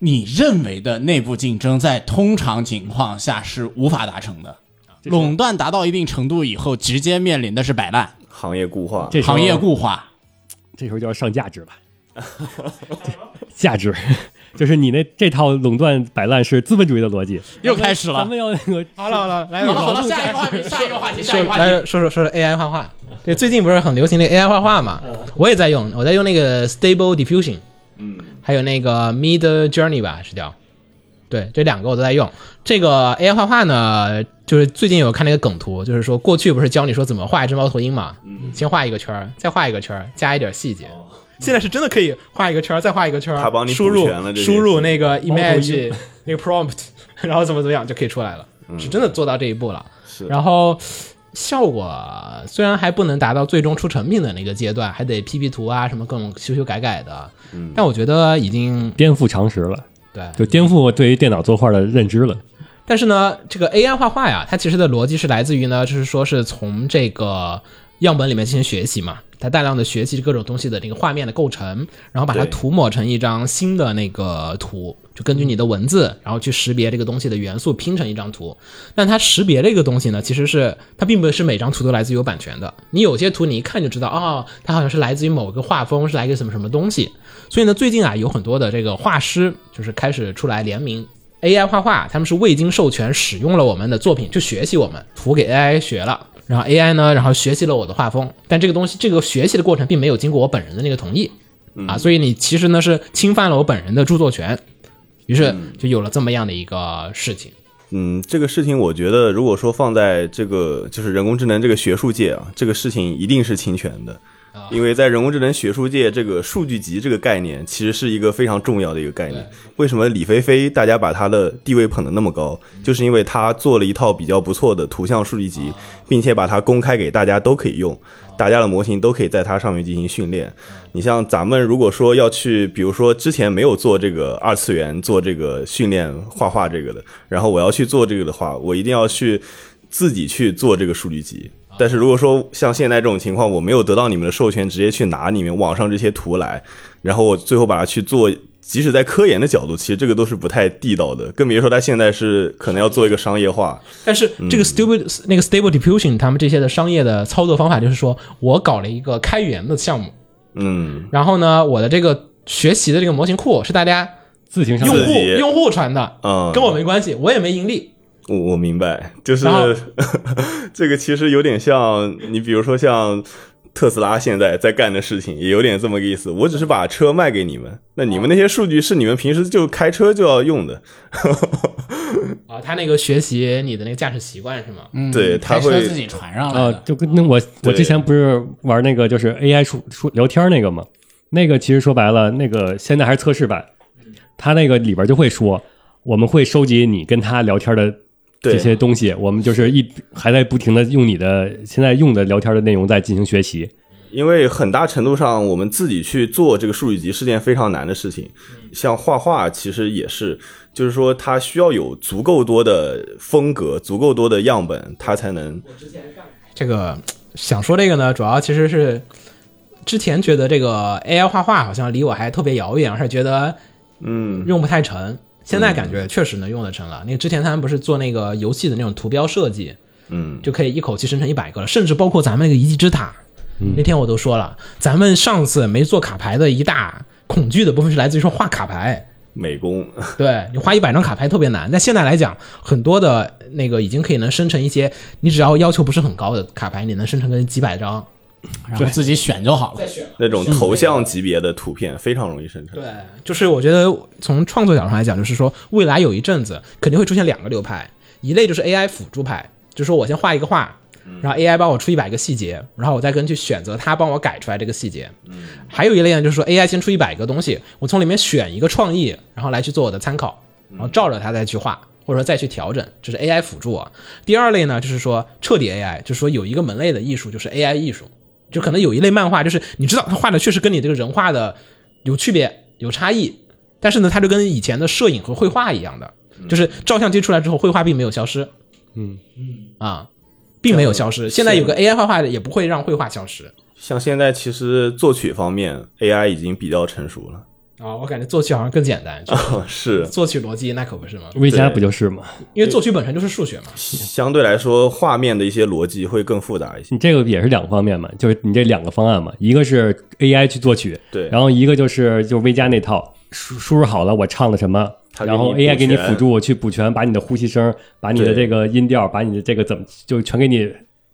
C: 你认为的内部竞争，在通常情况下是无法达成的。
E: 这是
C: 垄断达到一定程度以后，直接面临的是摆烂、
D: 行业固化，
E: 这时候
C: 行业固化。
E: 这时候就要上价值了，价值就是你那这套垄断摆烂是资本主义的逻辑，
C: 又开始了
E: 咱们要那个
A: 好了好了，来
C: 好了好了，下一个话题，下一个话题，下
A: 说
C: 一个话题。
A: 来说说说说 AI 画画，对，最近不是很流行那个 AI 画画
C: 嗯
A: 嘛？我也在用，我在用那个 Stable Diffusion，嗯，还有那个 Mid Journey 吧，是叫，对，这两个我都在用。这个 AI 画画呢，就是最近有看那个梗图，就是说过去不是教你说怎么画一只猫头鹰嘛，
D: 嗯
A: 先画一个圈儿，再画一个圈儿，加一点细节。现在是真的可以画一个圈儿，再画一个圈儿，
D: 它哦帮你
A: 输入
D: 补全了这些
A: 输入那个
E: 猫头鹰
A: image 那个 prompt，然 后怎么怎么样就可以出来了，是真的做到这一步了。
D: 嗯是
A: 然后效果虽然还不能达到最终出成品的那个阶段，还得 P P 图啊什么各种修修改改的，
D: 嗯
A: 但我觉得已经
E: 颠覆常识了，
A: 对。
E: 就颠覆我对于电脑作画的认知了。
A: 但是呢，这个 AI 画画呀，它其实的逻辑是来自于呢，就是说是从这个样本里面进行学习嘛，它大量的学习各种东西的那个画面的构成，然后把它
D: 对
A: 涂抹成一张新的那个图，就根据你的文字，然后去识别这个东西的元素拼成一张图。但它识别这个东西呢，其实是它并不是每张图都来自于有版权的。你有些图你一看就知道，哦，它好像是来自于某个画风，是来自于什么什么东西。所以呢，最近啊，有很多的这个画师就是开始出来联名 AI 画画，他们是未经授权使用了我们的作品，就学习我们图给 AI 学了。然后 AI 呢，然后学习了我的画风，但这个东西，这个学习的过程并没有经过我本人的那个同意，啊，所以你其实呢是侵犯了我本人的著作权，于是就有了这么样的一个事情。
D: 嗯，这个事情我觉得，如果说放在这个就是人工智能这个学术界啊，这个事情一定是侵权的，因为在人工智能学术界，这个数据集这个概念其实是一个非常重要的一个概念。为什么李飞飞大家把她的地位捧得那么高，就是因为她做了一套比较不错的图像数据集，并且把它公开给大家都可以用，大家的模型都可以在它上面进行训练。你像咱们如果说要去，比如说之前没有做这个二次元做这个训练画画这个的，然后我要去做这个的话，我一定要去自己去做这个数据集。但是如果说像现在这种情况，我没有得到你们的授权，直接去拿你们网上这些图来，然后我最后把它去做，即使在科研的角度，其实这个都是不太地道的，更别说它现在是可能要做一个商业化。
A: 但是这个 stable、那个 stable diffusion 他们这些的商业的操作方法就是说我搞了一个开源的项目，
D: 嗯，
A: 然后呢，我的这个学习的这个模型库是大家
E: 自行上
A: 用
D: 自
A: 户
D: 己
A: 用户传的，
D: 嗯
A: 跟我没关系，我也没盈利。
D: 我我明白，就是
A: 然后
D: 这个其实有点像你，比如说像特斯拉现在在干的事情，也有点这么个意思。我只是把车卖给你们，那你们那些数据是你们平时就开车就要用的，
A: 啊，他那个学习你的那个驾驶习惯是吗？
C: 嗯
D: 对
C: 开
D: 他会
C: 车自己传上来
E: 啊，
C: 的。
E: 就跟那我我
D: 对
E: 之前不是玩那个就是 AI 说说聊天那个嘛，那个其实说白了，那个现在还是测试版，它那个里边就会说，我们会收集你跟他聊天的
D: 对
E: 这些东西，我们就是一还在不停的用你的现在用的聊天的内容在进行学习，
D: 因为很大程度上，我们自己去做这个数据集是件非常难的事情。像画画，其实也是，就是说它需要有足够多的风格、足够多的样本，它才能
A: 这个想说这个呢，主要其实是之前觉得这个 AI 画画好像离我还特别遥远，而且觉得
D: 嗯
A: 用不太成。现在感觉确实能用得成了。那个之前他们不是做那个游戏的那种图标设计，
D: 嗯
A: 就可以一口气生成一百个了，甚至包括咱们那个遗迹之塔。
D: 嗯
A: 那天我都说了，咱们上次没做卡牌的一大恐惧的部分是来自于说画卡牌，
D: 美工，
A: 对你画一百张卡牌特别难，但现在来讲，很多的那个已经可以能生成一些，你只要要求不是很高的卡牌，你能生成个几百张。
C: 然后自己选就好了。
D: 那种头像级别的图片非常容易生成。
A: 对，就是我觉得从创作角度上来讲，就是说未来有一阵子肯定会出现两个流派，一类就是 AI 辅助派，就是说我先画一个画，然后 AI 帮我出一百个细节，然后我再根据选择它帮我改出来这个细节。还有一类呢，就是说 AI 先出一百个东西，我从里面选一个创意，然后来去做我的参考，然后照着它再去画。或者说再去调整，这是 AI 辅助啊。第二类呢，就是说彻底 AI，就是说有一个门类的艺术就是 AI 艺术，就可能有一类漫画，就是你知道他画的确实跟你这个人画的有区别、有差异，但是呢，它就跟以前的摄影和绘画一样的，就是照相机出来之后，绘画并没有消失，
E: 嗯
A: 啊，并没有消失。现在有个 AI 画画的也不会让绘画消失
D: 像现在其实作曲方面，AI 已经比较成熟了。
A: 啊，我感觉作曲好像更简单，就是
D: 啊，是
A: 作曲逻辑那可不是吗？
E: 微加不就是吗？
A: 因为作曲本身就是数 学嘛。
D: 相对来说，画面的一些逻辑会更复杂一些。
E: 你这个也是两个方面嘛，就是你这两个方案嘛，一个是 AI 去作曲，
D: 对
E: 然后一个就是就是微加那套输输入好了我唱的什么，
D: 它给你
E: 然后 AI
D: 补
E: 给你
D: 全
E: 辅助去补全，把你的呼吸声，把你的
D: 对
E: 这个音调，把你的这个怎么就全给你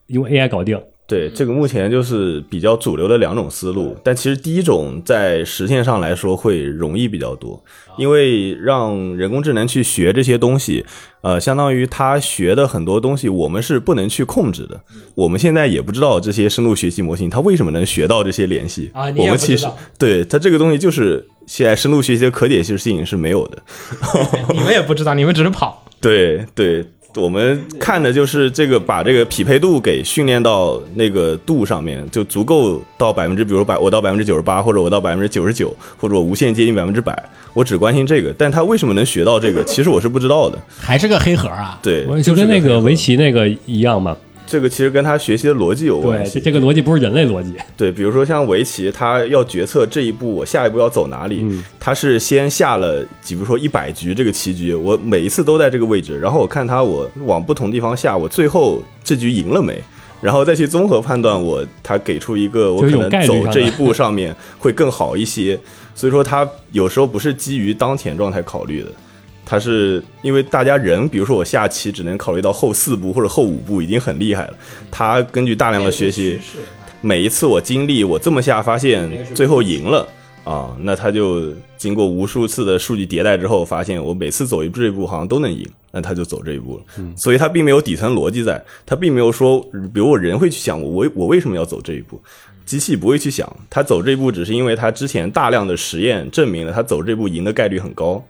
E: 用 AI 搞定。
A: 嗯
D: 对，这个目前就是比较主流的两种思路，但其实第一种在实现上来说会容易比较多，
A: 啊
D: 因为让人工智能去学这些东西，呃，相当于它学的很多东西我们是不能去控制的，
A: 嗯
D: 我们现在也不知道这些深度学习模型它为什么能学到这些联系
A: 啊你也
D: 我们
A: 不知
D: 其实
A: 道
D: 对它这个东西就是现在深度学习的可解析性是没有的，
A: 你们也不知道，你们只是跑。
D: 对对，我们看的就是这个，把这个匹配度给训练到那个度上面，就足够到百分之，比如百我到百分之九十八，或者我到百分之九十九，或者我无限接近百分之百，我只关心这个。但他为什么能学到这个？其实我是不知道的。
C: 还是个黑盒啊！
D: 对，
E: 我就跟那个围棋那个一样嘛，
D: 这个其实跟他学习的逻辑有关
E: 对，
D: 系
E: 这。这个逻辑不是人类逻辑，
D: 对，比如说像围棋，他要决策这一步我下一步要走哪里，
E: 嗯
D: 他是先下了，比如说一百局这个棋局，我每一次都在这个位置，然后我看他我往不同地方下，我最后这局赢了没，然后再去综合判断我他给出一个我
E: 就
D: 可
E: 是有概率
D: 能走
E: 上的
D: 这一步上面会更好一些，所以说他有时候不是基于当前状态考虑的。他是因为大家人，比如说我下棋只能考虑到后四步或者后五步，已经很厉害了。他根据大量的学习，每一次我经历我这么下，发现最后赢了啊，那他就经过无数次的数据迭代之后，发现我每次走一步这一步好像都能赢，那他就走这一步了。所以他并没有底层逻辑在，他并没有说，比如我人会去想我为我为什么要走这一步。机器不会去想，他走这一步只是因为他之前大量的实验证明了他走这步赢的概率很高。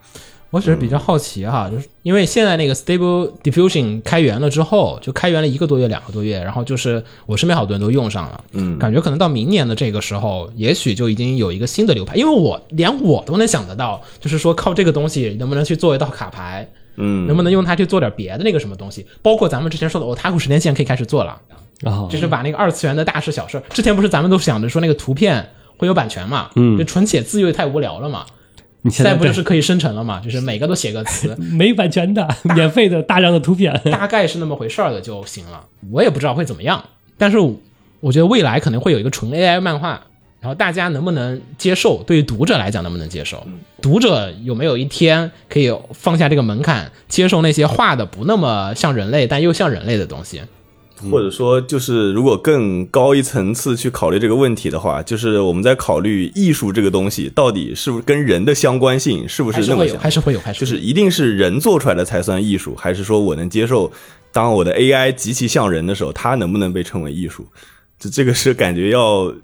A: 我只是比较好奇哈，
D: 嗯
A: 就是因为现在那个 Stable Diffusion 开源了之后，就开源了一个多月、两个多月，然后就是我身边好多人都用上了，
D: 嗯
A: 感觉可能到明年的这个时候，也许就已经有一个新的流派，因为我连我都能想得到，就是说靠这个东西能不能去做一道卡牌，
D: 嗯，
A: 能不能用它去做点别的那个什么东西，包括咱们之前说的哦 Otaku 时间线可以开始做了，
D: 哦
E: 啊
A: 就是把那个二次元的大事小事，之前不是咱们都想着说那个图片会有版权嘛，
E: 嗯
A: 就纯写字又太无聊了嘛，
E: 你
A: 现
E: 现
A: 在不就
E: 对
A: 是可以生成了嘛，就是每个都写个 词。
E: 没版权的、免费的、大量的图片。
A: 大概是那么回事儿的就行了。我也不知道会怎么样，但是我我觉得未来可能会有一个纯 AI 漫画，然后大家能不能接受？对于读者来讲，能不能接受？
D: 嗯
A: 读者有没有一天可以放下这个门槛，接受那些画的不那么像人类但又像人类的东西？
C: 嗯
D: 或者说，就是如果更高一层次去考虑这个问题的话，就是我们在考虑艺术这个东西到底是不是跟人的相关性是不
A: 还
D: 是
A: 是
D: 那么
A: 会有，
D: 强，
A: 还是会有，还是
D: 就
A: 会有
D: 是一定是人做出来的才算艺术，还是说我能接受当我的 AI 极其像人的时候，它能不能被称为艺术？就这个是感觉要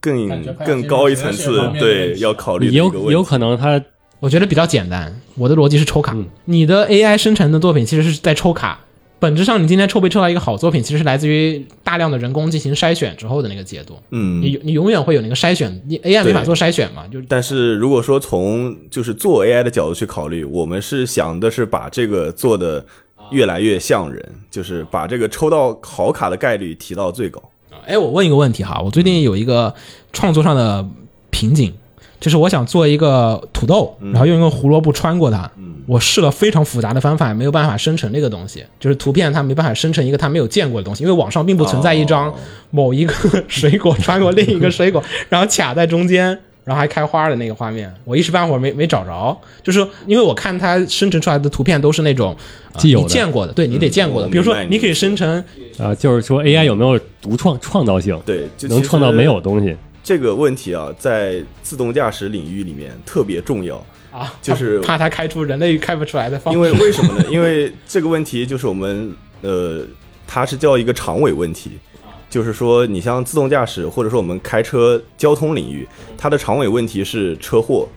D: 更
C: 感觉快要
D: 更高一层
C: 进入
D: 次
C: 哲学方，面的问
D: 对，
C: 题
D: 要
C: 了
D: 考虑的一个问
E: 有
D: 题。
E: 有可能他
A: 我觉得比较简单。我的逻辑是抽卡，你的 AI 生成的作品其实是在抽卡。本质上你今天抽被抽到一个好作品，其实是来自于大量的人工进行筛选之后的那个解读。
D: 嗯，
A: 你你永远会有那个筛选，你 AI 没法做筛选嘛，就
D: 但是如果说从就是做 AI 的角度去考虑，我们是想的是把这个做的越来越像人，就是把这个抽到好卡的概率提到最高。
A: 哎，我问一个问题哈，我最近
D: 嗯
A: 有一个创作上的瓶颈，就是我想做一个土豆，
D: 嗯
A: 然后用一个胡萝卜穿过它。我试了非常复杂的方法，没有办法生成这个东西，就是图片它没办法生成一个它没有见过的东西，因为网上并不存在一张
D: 哦
A: 某一个 水果穿过另一个水果，然后卡在中间。然后还开花的那个画面，我一时半会儿没没找着，就是因为我看它生成出来的图片都是那种、呃
E: 既有
A: 你
E: 的
A: 见过的，对你得见过的，
D: 我
A: 比如说
D: 嗯明白你
A: 你可以生成
E: 啊，就是说 AI 有没有独创创造性，
D: 对，就
E: 能
D: 其实
E: 创造没有东西，
D: 这个问题啊，在自动驾驶领域里面特别重要。
A: 啊，
D: 就是
A: 怕它开出人类开不出来的方式
D: 因为为什么呢？因为这个问题就是我们呃，它是叫一个长尾问题，就是说你像自动驾驶或者说我们开车交通领域，它的长尾问题是车祸，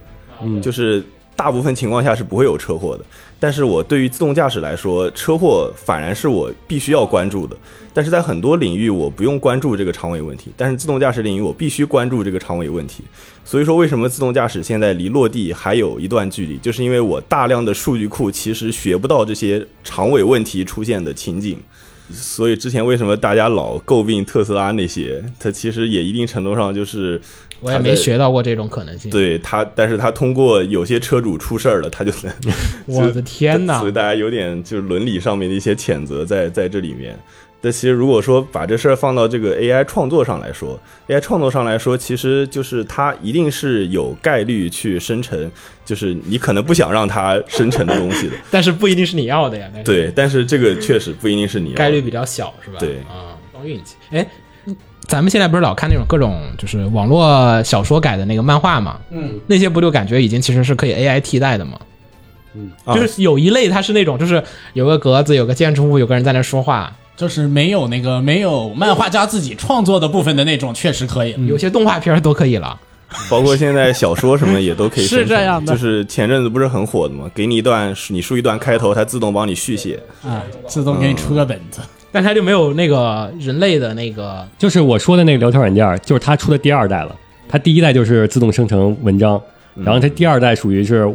E: 嗯
D: 就是大部分情况下是不会有车祸的。但是我对于自动驾驶来说，车祸反而是我必须要关注的。但是在很多领域我不用关注这个长尾问题，但是自动驾驶领域我必须关注这个长尾问题。所以说，为什么自动驾驶现在离落地还有一段距离，就是因为我大量的数据库其实学不到这些长尾问题出现的情景。所以之前为什么大家老诟病特斯拉那些，它其实也一定程度上就是
A: 我也没学到过这种可能性。
D: 对它，但是它通过有些车主出事儿了，它就能
A: 我的天哪
D: 所以！大家有点就是伦理上面的一些谴责在在这里面。但其实如果说把这事儿放到这个 AI 创作上来说，AI 创作上来说，其实就是它一定是有概率去生成，就是你可能不想让它生成的东西的。
A: 但是不一定是你要的呀。但是
D: 对，但是这个确实不一定是你要啊的
A: 概率比较小，是吧？
D: 对
A: 啊，碰运气。哎，咱们现在不是老看那种各种就是网络小说改的那个漫画嘛？嗯，那些不就感觉已经其实是可以 AI 替代的吗？
D: 啊
A: 就是有一类它是那种，就是有个格子，有个建筑物，有个人在那说话。
C: 就是没有那个没有漫画家自己创作的部分的那种，确实可以。
D: 嗯
A: 有些动画片儿都可以了。
D: 包括现在小说什么的也都可以
G: 是
D: 生成
G: 这样的
D: 就是前阵子不是很火的嘛，给你一段你输一段开头，它自动帮你续写。
C: 啊，自动给你出个本子。
A: 但它就没有那个人类的那个，
E: 就是我说的那个聊天软件儿，就是它出的第二代了。它第一代就是自动生成文章，然后它第二代属于是，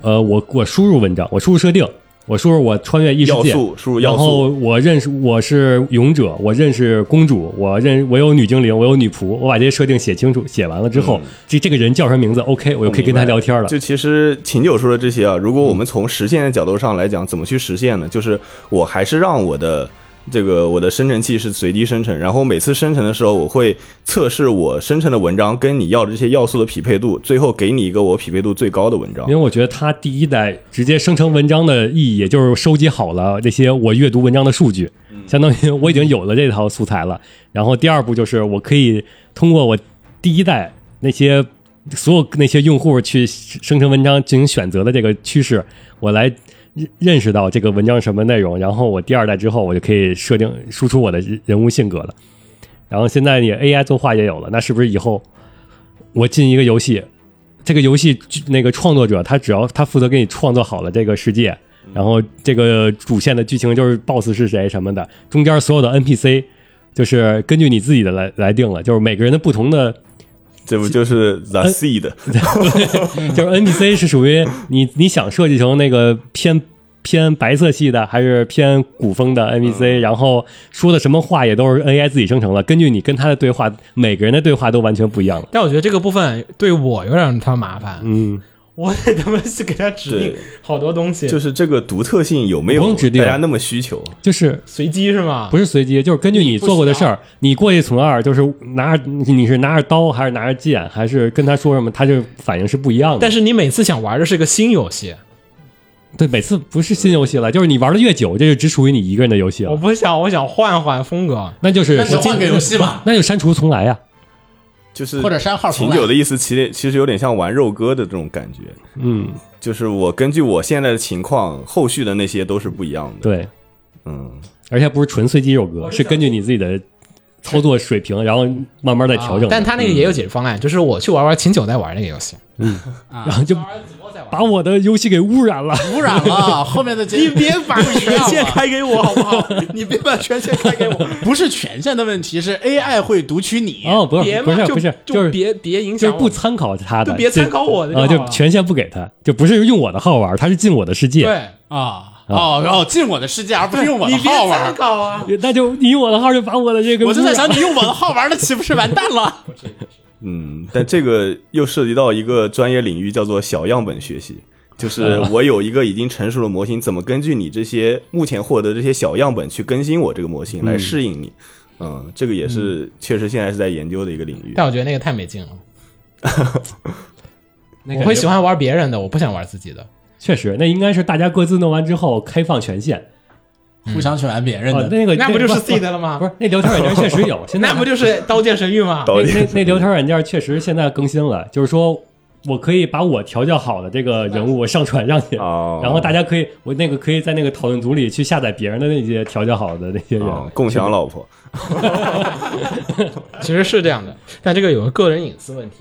E: 呃，我我输入文章，我输入设定，我输入我穿越异世
D: 要
E: 界，
D: 素输入
E: 然
D: 要
E: 后
D: 素，
E: 我认识我是勇者，我认识公主，我认我有女精灵，我有女仆，我把这些设定写清楚，写完了之后，这这个人叫什么名字？OK，我就可以跟他聊天了。
D: 就其实秦九说的这些啊，如果我们从实现的角度上来讲，怎么去实现呢？就是我还是让我的这个我的生成器是随机生成，然后每次生成的时候，我会测试我生成的文章跟你要的这些要素的匹配度，最后给你一个我匹配度最高的文章
E: 因为。我觉得它第一代直接生成文章的意义，也就是收集好了这些我阅读文章的数据，相当于我已经有了这套素材了。然后第二步就是我可以通过我第一代那些所有那些用户去生成文章进行选择的这个趋势，我来认认识到这个文章什么内容。然后我第二代之后，我就可以设定输出我的人人物性格了。然后现在也 AI 作画也有了，那是不是以后我进一个游戏，这个游戏那个创作者他只要他负责给你创作好了这个世界，然后这个主线的剧情就是 BOSS 是谁什么的，中间所有的 NPC 就是根据你自己的来来定了，就是每个人的不同的，
D: 这不就是 The
E: 哎
D: Seed？
E: 就是 NPC 是属于你你想设计成那个偏。偏白色系的还是偏古风的 NPC，、然后说的什么话也都是 AI 自己生成的，根据你跟他的对话，每个人的对话都完全不一样了。
A: 但我觉得这个部分对我有点他妈麻烦。
E: 嗯，
A: 我得他妈是给它指定
D: 对
A: 好多东西，
D: 就是这个独特性有没
E: 不
D: 有
E: 用指定啊
D: 大家那么需求？
E: 就是
A: 随机是吗？
E: 不是随机，就是根据你做过的事儿，你过一从二，就是拿着你是拿着刀还是拿着剑，还是跟他说什么，他就反应是不一样的。
A: 但
E: 是
A: 是你每次想玩的是个新游戏，
E: 对每次不是新游戏了，就是你玩的越久，这就只属于你一个人的游戏
A: 我
E: 了，
A: 不想，我想换换风格。
E: 那就是
C: 那就换个游戏吧，
E: 那就删除重来呀、
D: 就是
C: 或者删号重
D: 秦
C: 来
D: 九的意思，其实其实有点像玩肉鸽的这种感觉。
E: 嗯，
D: 就是我根据我现在的情况，后续的那些都是不一样的。，
E: 对，
D: 嗯，
E: 而且不是纯随机肉鸽，是根据你自己的操作水平，然后
A: 啊
E: 慢慢再调整的、嗯
A: 但他那个也有解决方案，就是我去玩玩秦九在玩那个游戏，
E: 然后就
A: 再玩。
E: 把我的游戏给污染了。
C: 污染了，啊后面 的
A: 你
C: 结果
A: 别把
C: 不一
A: 权
C: 样
A: 限
C: 了
A: 开给我好不 好？你别把权限开给我，
C: 不是权限的问题，是 AI 会读取你。
E: 哦，不
A: 别
E: 是
A: 嘛
E: 不是
A: 就
E: 不是，
A: 就是别别影
E: 就
A: 响
E: 是
A: 我，
E: 不参考他的，
A: 就别参考我的
E: 啊，
A: 就
E: 就
A: 好了
E: 权限不给他，就不是用我的号玩，他是进我的世界。
A: 对，
C: 啊哦哦，进我的世界，而不是用我
A: 你
C: 的
A: 别参
C: 号玩。
A: 考啊！
E: 那就你用我的号就把我的这个污
C: 我
E: 染
C: 就
E: 了，
C: 在想，你用我的号玩，那岂不是完蛋了？
D: 嗯，但这个又涉及到一个专业领域，叫做小样本学习。就是我有一个已经成熟的模型，怎么根据你这些目前获得这些小样本去更新我这个模型来适应你？嗯，这个也是确实现在是在研究的一个领域。
A: 但我觉得那个太没劲了，
E: 那
A: 我
E: 感
A: 会
E: 觉
A: 喜欢玩别人的，我不想玩自己的。
E: 确实，那应该是大家各自弄完之后开放权限。
C: 互相去玩别人
E: 哦，
C: 的，
E: 那个
A: 那不就是
E: 不
A: seed 了吗？
E: 不是那聊天软件确实有，现在
A: 那不就是《刀剑神域》 吗？
D: 导
E: 那
D: 演
E: 那那聊天软件确实现在更新了，就是说我可以把我调教好的这个人物上传上去，
D: 哦
E: 然后大家可以我那个可以在那个讨论组里去下载别人的那些调教好的那些人，
D: 啊，共享老婆，
A: 其实是这样的，但这个有个个人隐私问题。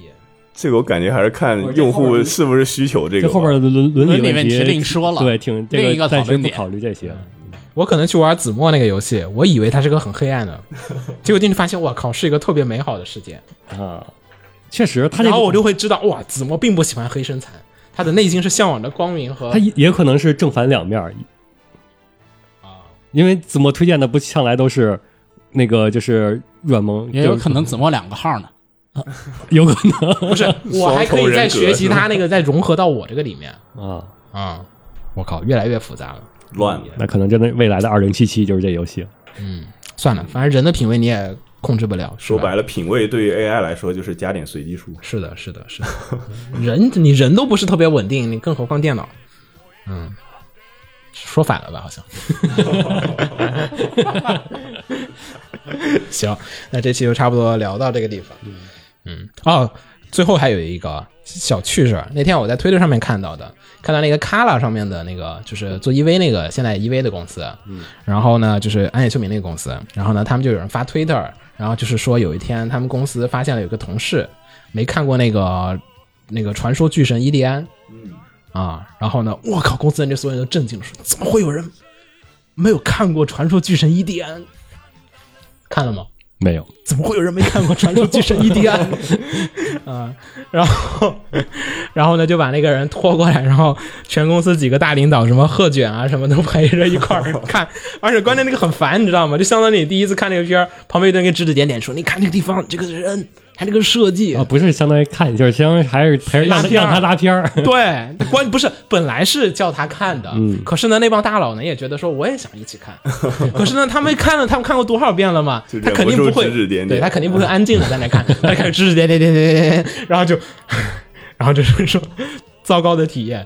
D: 这个我感觉还是看用户是不是需求这
E: 这
D: 个吧。
E: 后边的伦伦
C: 伦理
E: 理
C: 问
E: 题
C: 题另说了
E: 对，挺
C: 另
E: 这
C: 一个
E: 暂
C: 讨
E: 时
C: 论
E: 不
C: 点
E: 考虑这些。
A: 我可能去玩子墨那个游戏，我以为它是个很黑暗 的，结果进去发现，我靠，是一个特别美好的世界。
E: 啊，确实，他这
A: 然后我
E: 个
A: 就会知道，哇，子墨并不喜欢黑身残，他的内心是向往着光明和
E: 他也也可能是正反两面儿，
A: 啊，
E: 因为子墨推荐的不向来都是那个就是软萌，
C: 也有可能子墨两个号呢。
E: 有可 能
A: 不是，我还可以再学习
D: 双重人格
A: 他那个，再融合到我这个里面
E: 啊，
A: 啊。我靠，越来越复杂了。
D: 乱了，
E: 那可能真的未来的二零七七就是这游戏了。
A: 算了，反正人的品味你也控制不了。
D: 说白
A: 了，
D: 了，品味对于 AI 来说就是加点随机数。
A: 是的，是的，是的。人你人都不是特别稳定，你更何况电脑？嗯，说反了吧？好像。 行，那这期就差不多聊到这个地方。嗯，哦，最后还有一个小趣事儿，那天我在推特上面看到的，看到那个 Kala 上面的那个，就是做 EV 那个现在 EV 的公司，嗯，然后呢就是安野秀明那个公司，然后呢他们就有人发推特，然后就是说有一天他们公司发现了有个同事没看过那个那个传说巨神伊利安，嗯，啊，然后呢，我靠，公司人就所有人都震惊了，说怎么会有人没有看过传说巨神伊利安？看了吗？
E: 没有，
A: 怎么会有人没看过《传说巨神伊迪安》啊？然后，然后呢，就把那个人拖过来，然后全公司几个大领导，什么贺卷啊，什么都陪着一块儿看。而且关键那个很烦，你知道吗？就相当于你第一次看那个片儿，旁边一堆人给指指点点说：“你看这个地方，这个人，看这个设计。
E: 啊，不是相当于看，就是相当于还是还是让
A: 拉
E: 他
A: 片儿
E: 让他拉片 儿。
A: 对，关不是本来是叫他看的，
D: 嗯
A: 可是呢，那帮大佬呢也觉得说我也想一起 看，可是呢，他们看了，他们看过多少遍了嘛
D: 就，
A: 他
D: 忍
A: 肯
D: 不
A: 定
D: 住
A: 不会
D: 指指点点
A: 对他肯定不会安静的在那 看，他开始指指点点点点点点，然后就， 然后就是说糟糕的体验，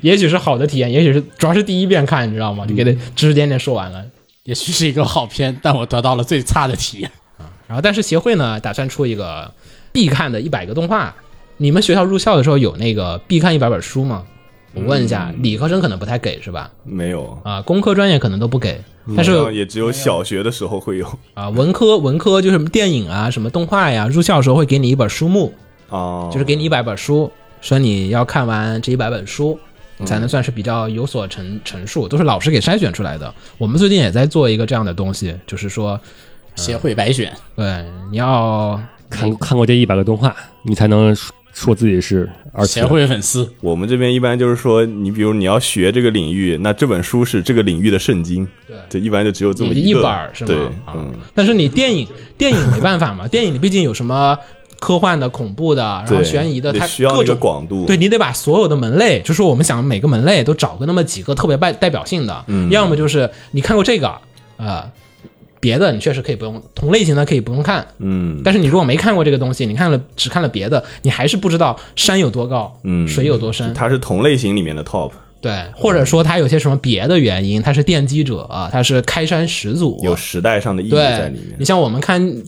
A: 也许是好的体验，也许是主要是第一遍看，你知道
D: 嗯
A: 吗？就给他指指点点说完了。
C: 也许是一个好片，但我得到了最差的体验。
A: 然后，但是协会呢，打算出一个必看的一百个动画。你们学校入校的时候有那个必看一百本书吗？我问一
D: 嗯
A: 下，理科生可能不太给是吧？
D: 没有，
A: 啊、工科专业可能都不给，但是
D: 好像也只有小学的时候会有
A: 啊、文科文科就是什么电影啊、什么动画呀，入校的时候会给你一本书目，
D: 哦，
A: 就是给你一百本书，说你要看完这一百本书，
D: 嗯
A: 你才能算是比较有所陈陈述，都是老师给筛选出来的。我们最近也在做一个这样的东西，就是说，
C: 协会白选，
A: 对，你要
E: 看看过这一百个动画，你才能说说自己是二次
C: 协会粉丝，
D: 我们这边一般就是说，你比如你要学这个领域，那这本书是这个领域的圣经，
A: 对
D: 就一般就只有这么
A: 一
D: 个
A: 本儿是吗
D: 对
A: 啊，
D: 嗯，
A: 但是你电影电影没办法嘛，电影里毕竟有什么科幻的、恐怖的，然后
D: 对，
A: 悬疑的，
D: 得
A: 它
D: 需要
A: 各
D: 一个
A: 种
D: 广度，
A: 对你得把所有的门类，就是我们想每个门类都找个那么几个特别代代表性的，
D: 嗯
A: 要么就是你看过这个，呃，别的你确实可以不用，同类型的可以不用看，
D: 嗯，
A: 但是你如果没看过这个东西，你看了只看了别的，你还是不知道山有多高，
D: 嗯
A: 水有多深，
D: 它是同类型里面的 top，
A: 对，或者说他有些什么别的原因，他是奠基者，啊他是开山始祖，
D: 有时代上的意义在
A: 对
D: 里，面
A: 你。像我们看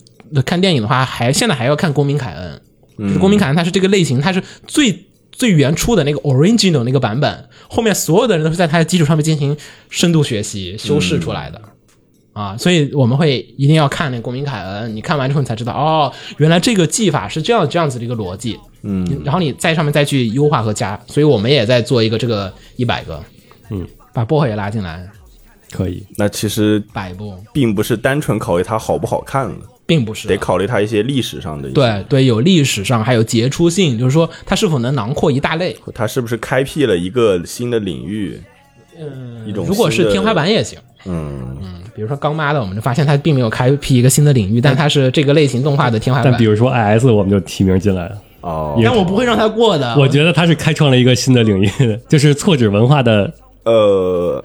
A: 看电影的话，还现在还要看《公民凯恩》，就是《公民凯恩》它是这个类型，它是最最原初的那个 original 那个版
D: 嗯
A: 本，后面所有的人都是在它的基础上面进行深度学习修饰出来的。啊，所以我们会一定要看那《国民凯恩》，你看完之后你才知道，哦，原来这个技法是这样这样子的一个逻辑，嗯，然后你在上面再去优化和加，所以我们也在做一个这个一百个，
E: 嗯，
A: 把薄荷也拉进来，
E: 可以，
D: 那其实
A: 百步
D: 并不是单纯考虑它好不好看了，
A: 并不是
D: 得考虑它一些历史上的，，
A: 对对，有历史上还有杰出性，就是说它是否能囊括一大类，
D: 它是不是开辟了一个新的领域？嗯，一种
A: 呃如果
D: 新
A: 是
D: 的
A: 天花，板也行。
D: 嗯，
A: 比如说刚妈的，我们就发现它并没有开辟一个新的领域，但它是这个类型动画的天花板
E: 但比。如说 I S 我们就提名进来了，
D: 哦，
A: 但我不会让它过的。
E: 我觉得它是开创了一个新的领域，就是错指文化的
D: 呃，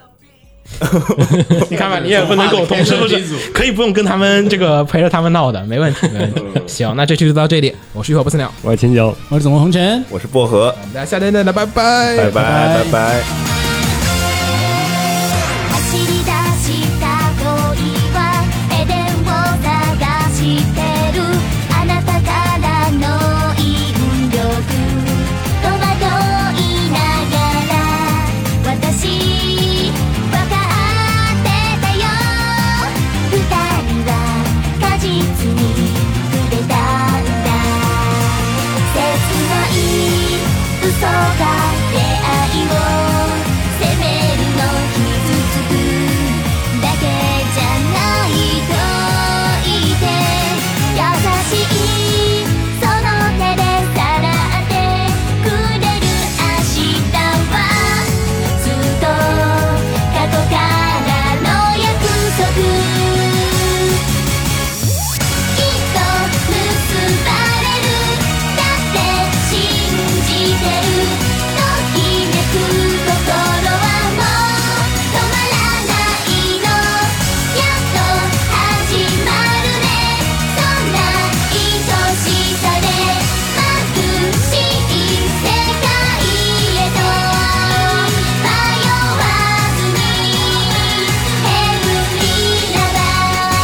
A: 你看吧，你也不能沟通，是不是？ 可以不用跟他们这个陪着他们闹的，没问题，没 问
D: 嗯
A: 题。行，那这期就到这里，我是浴火不死鸟，
E: 我是秦九，
C: 我是总红尘，
D: 我是薄荷，
A: 大家下期再见，拜哎拜
D: 拜拜
C: 拜
D: 拜拜。
G: 走り出した恋はエデンを探してるあなたからの引力戸惑いながら私わかってたよ二人は果実に触れたんだ切ない嘘が出会いを支えめるの傷つくだけじゃないと言って優しいその手でさらってくれる明日はずっと過去からの約束きっと結ばれるだって信じてるときめく心はもう止まらないのやっと始まるねそんな愛しさで貧しい世界へと迷わずにヘブリラバ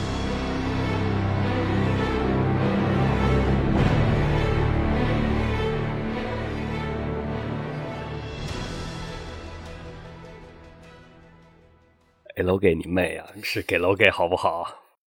F: 给楼给你妹啊，是给楼给好不好？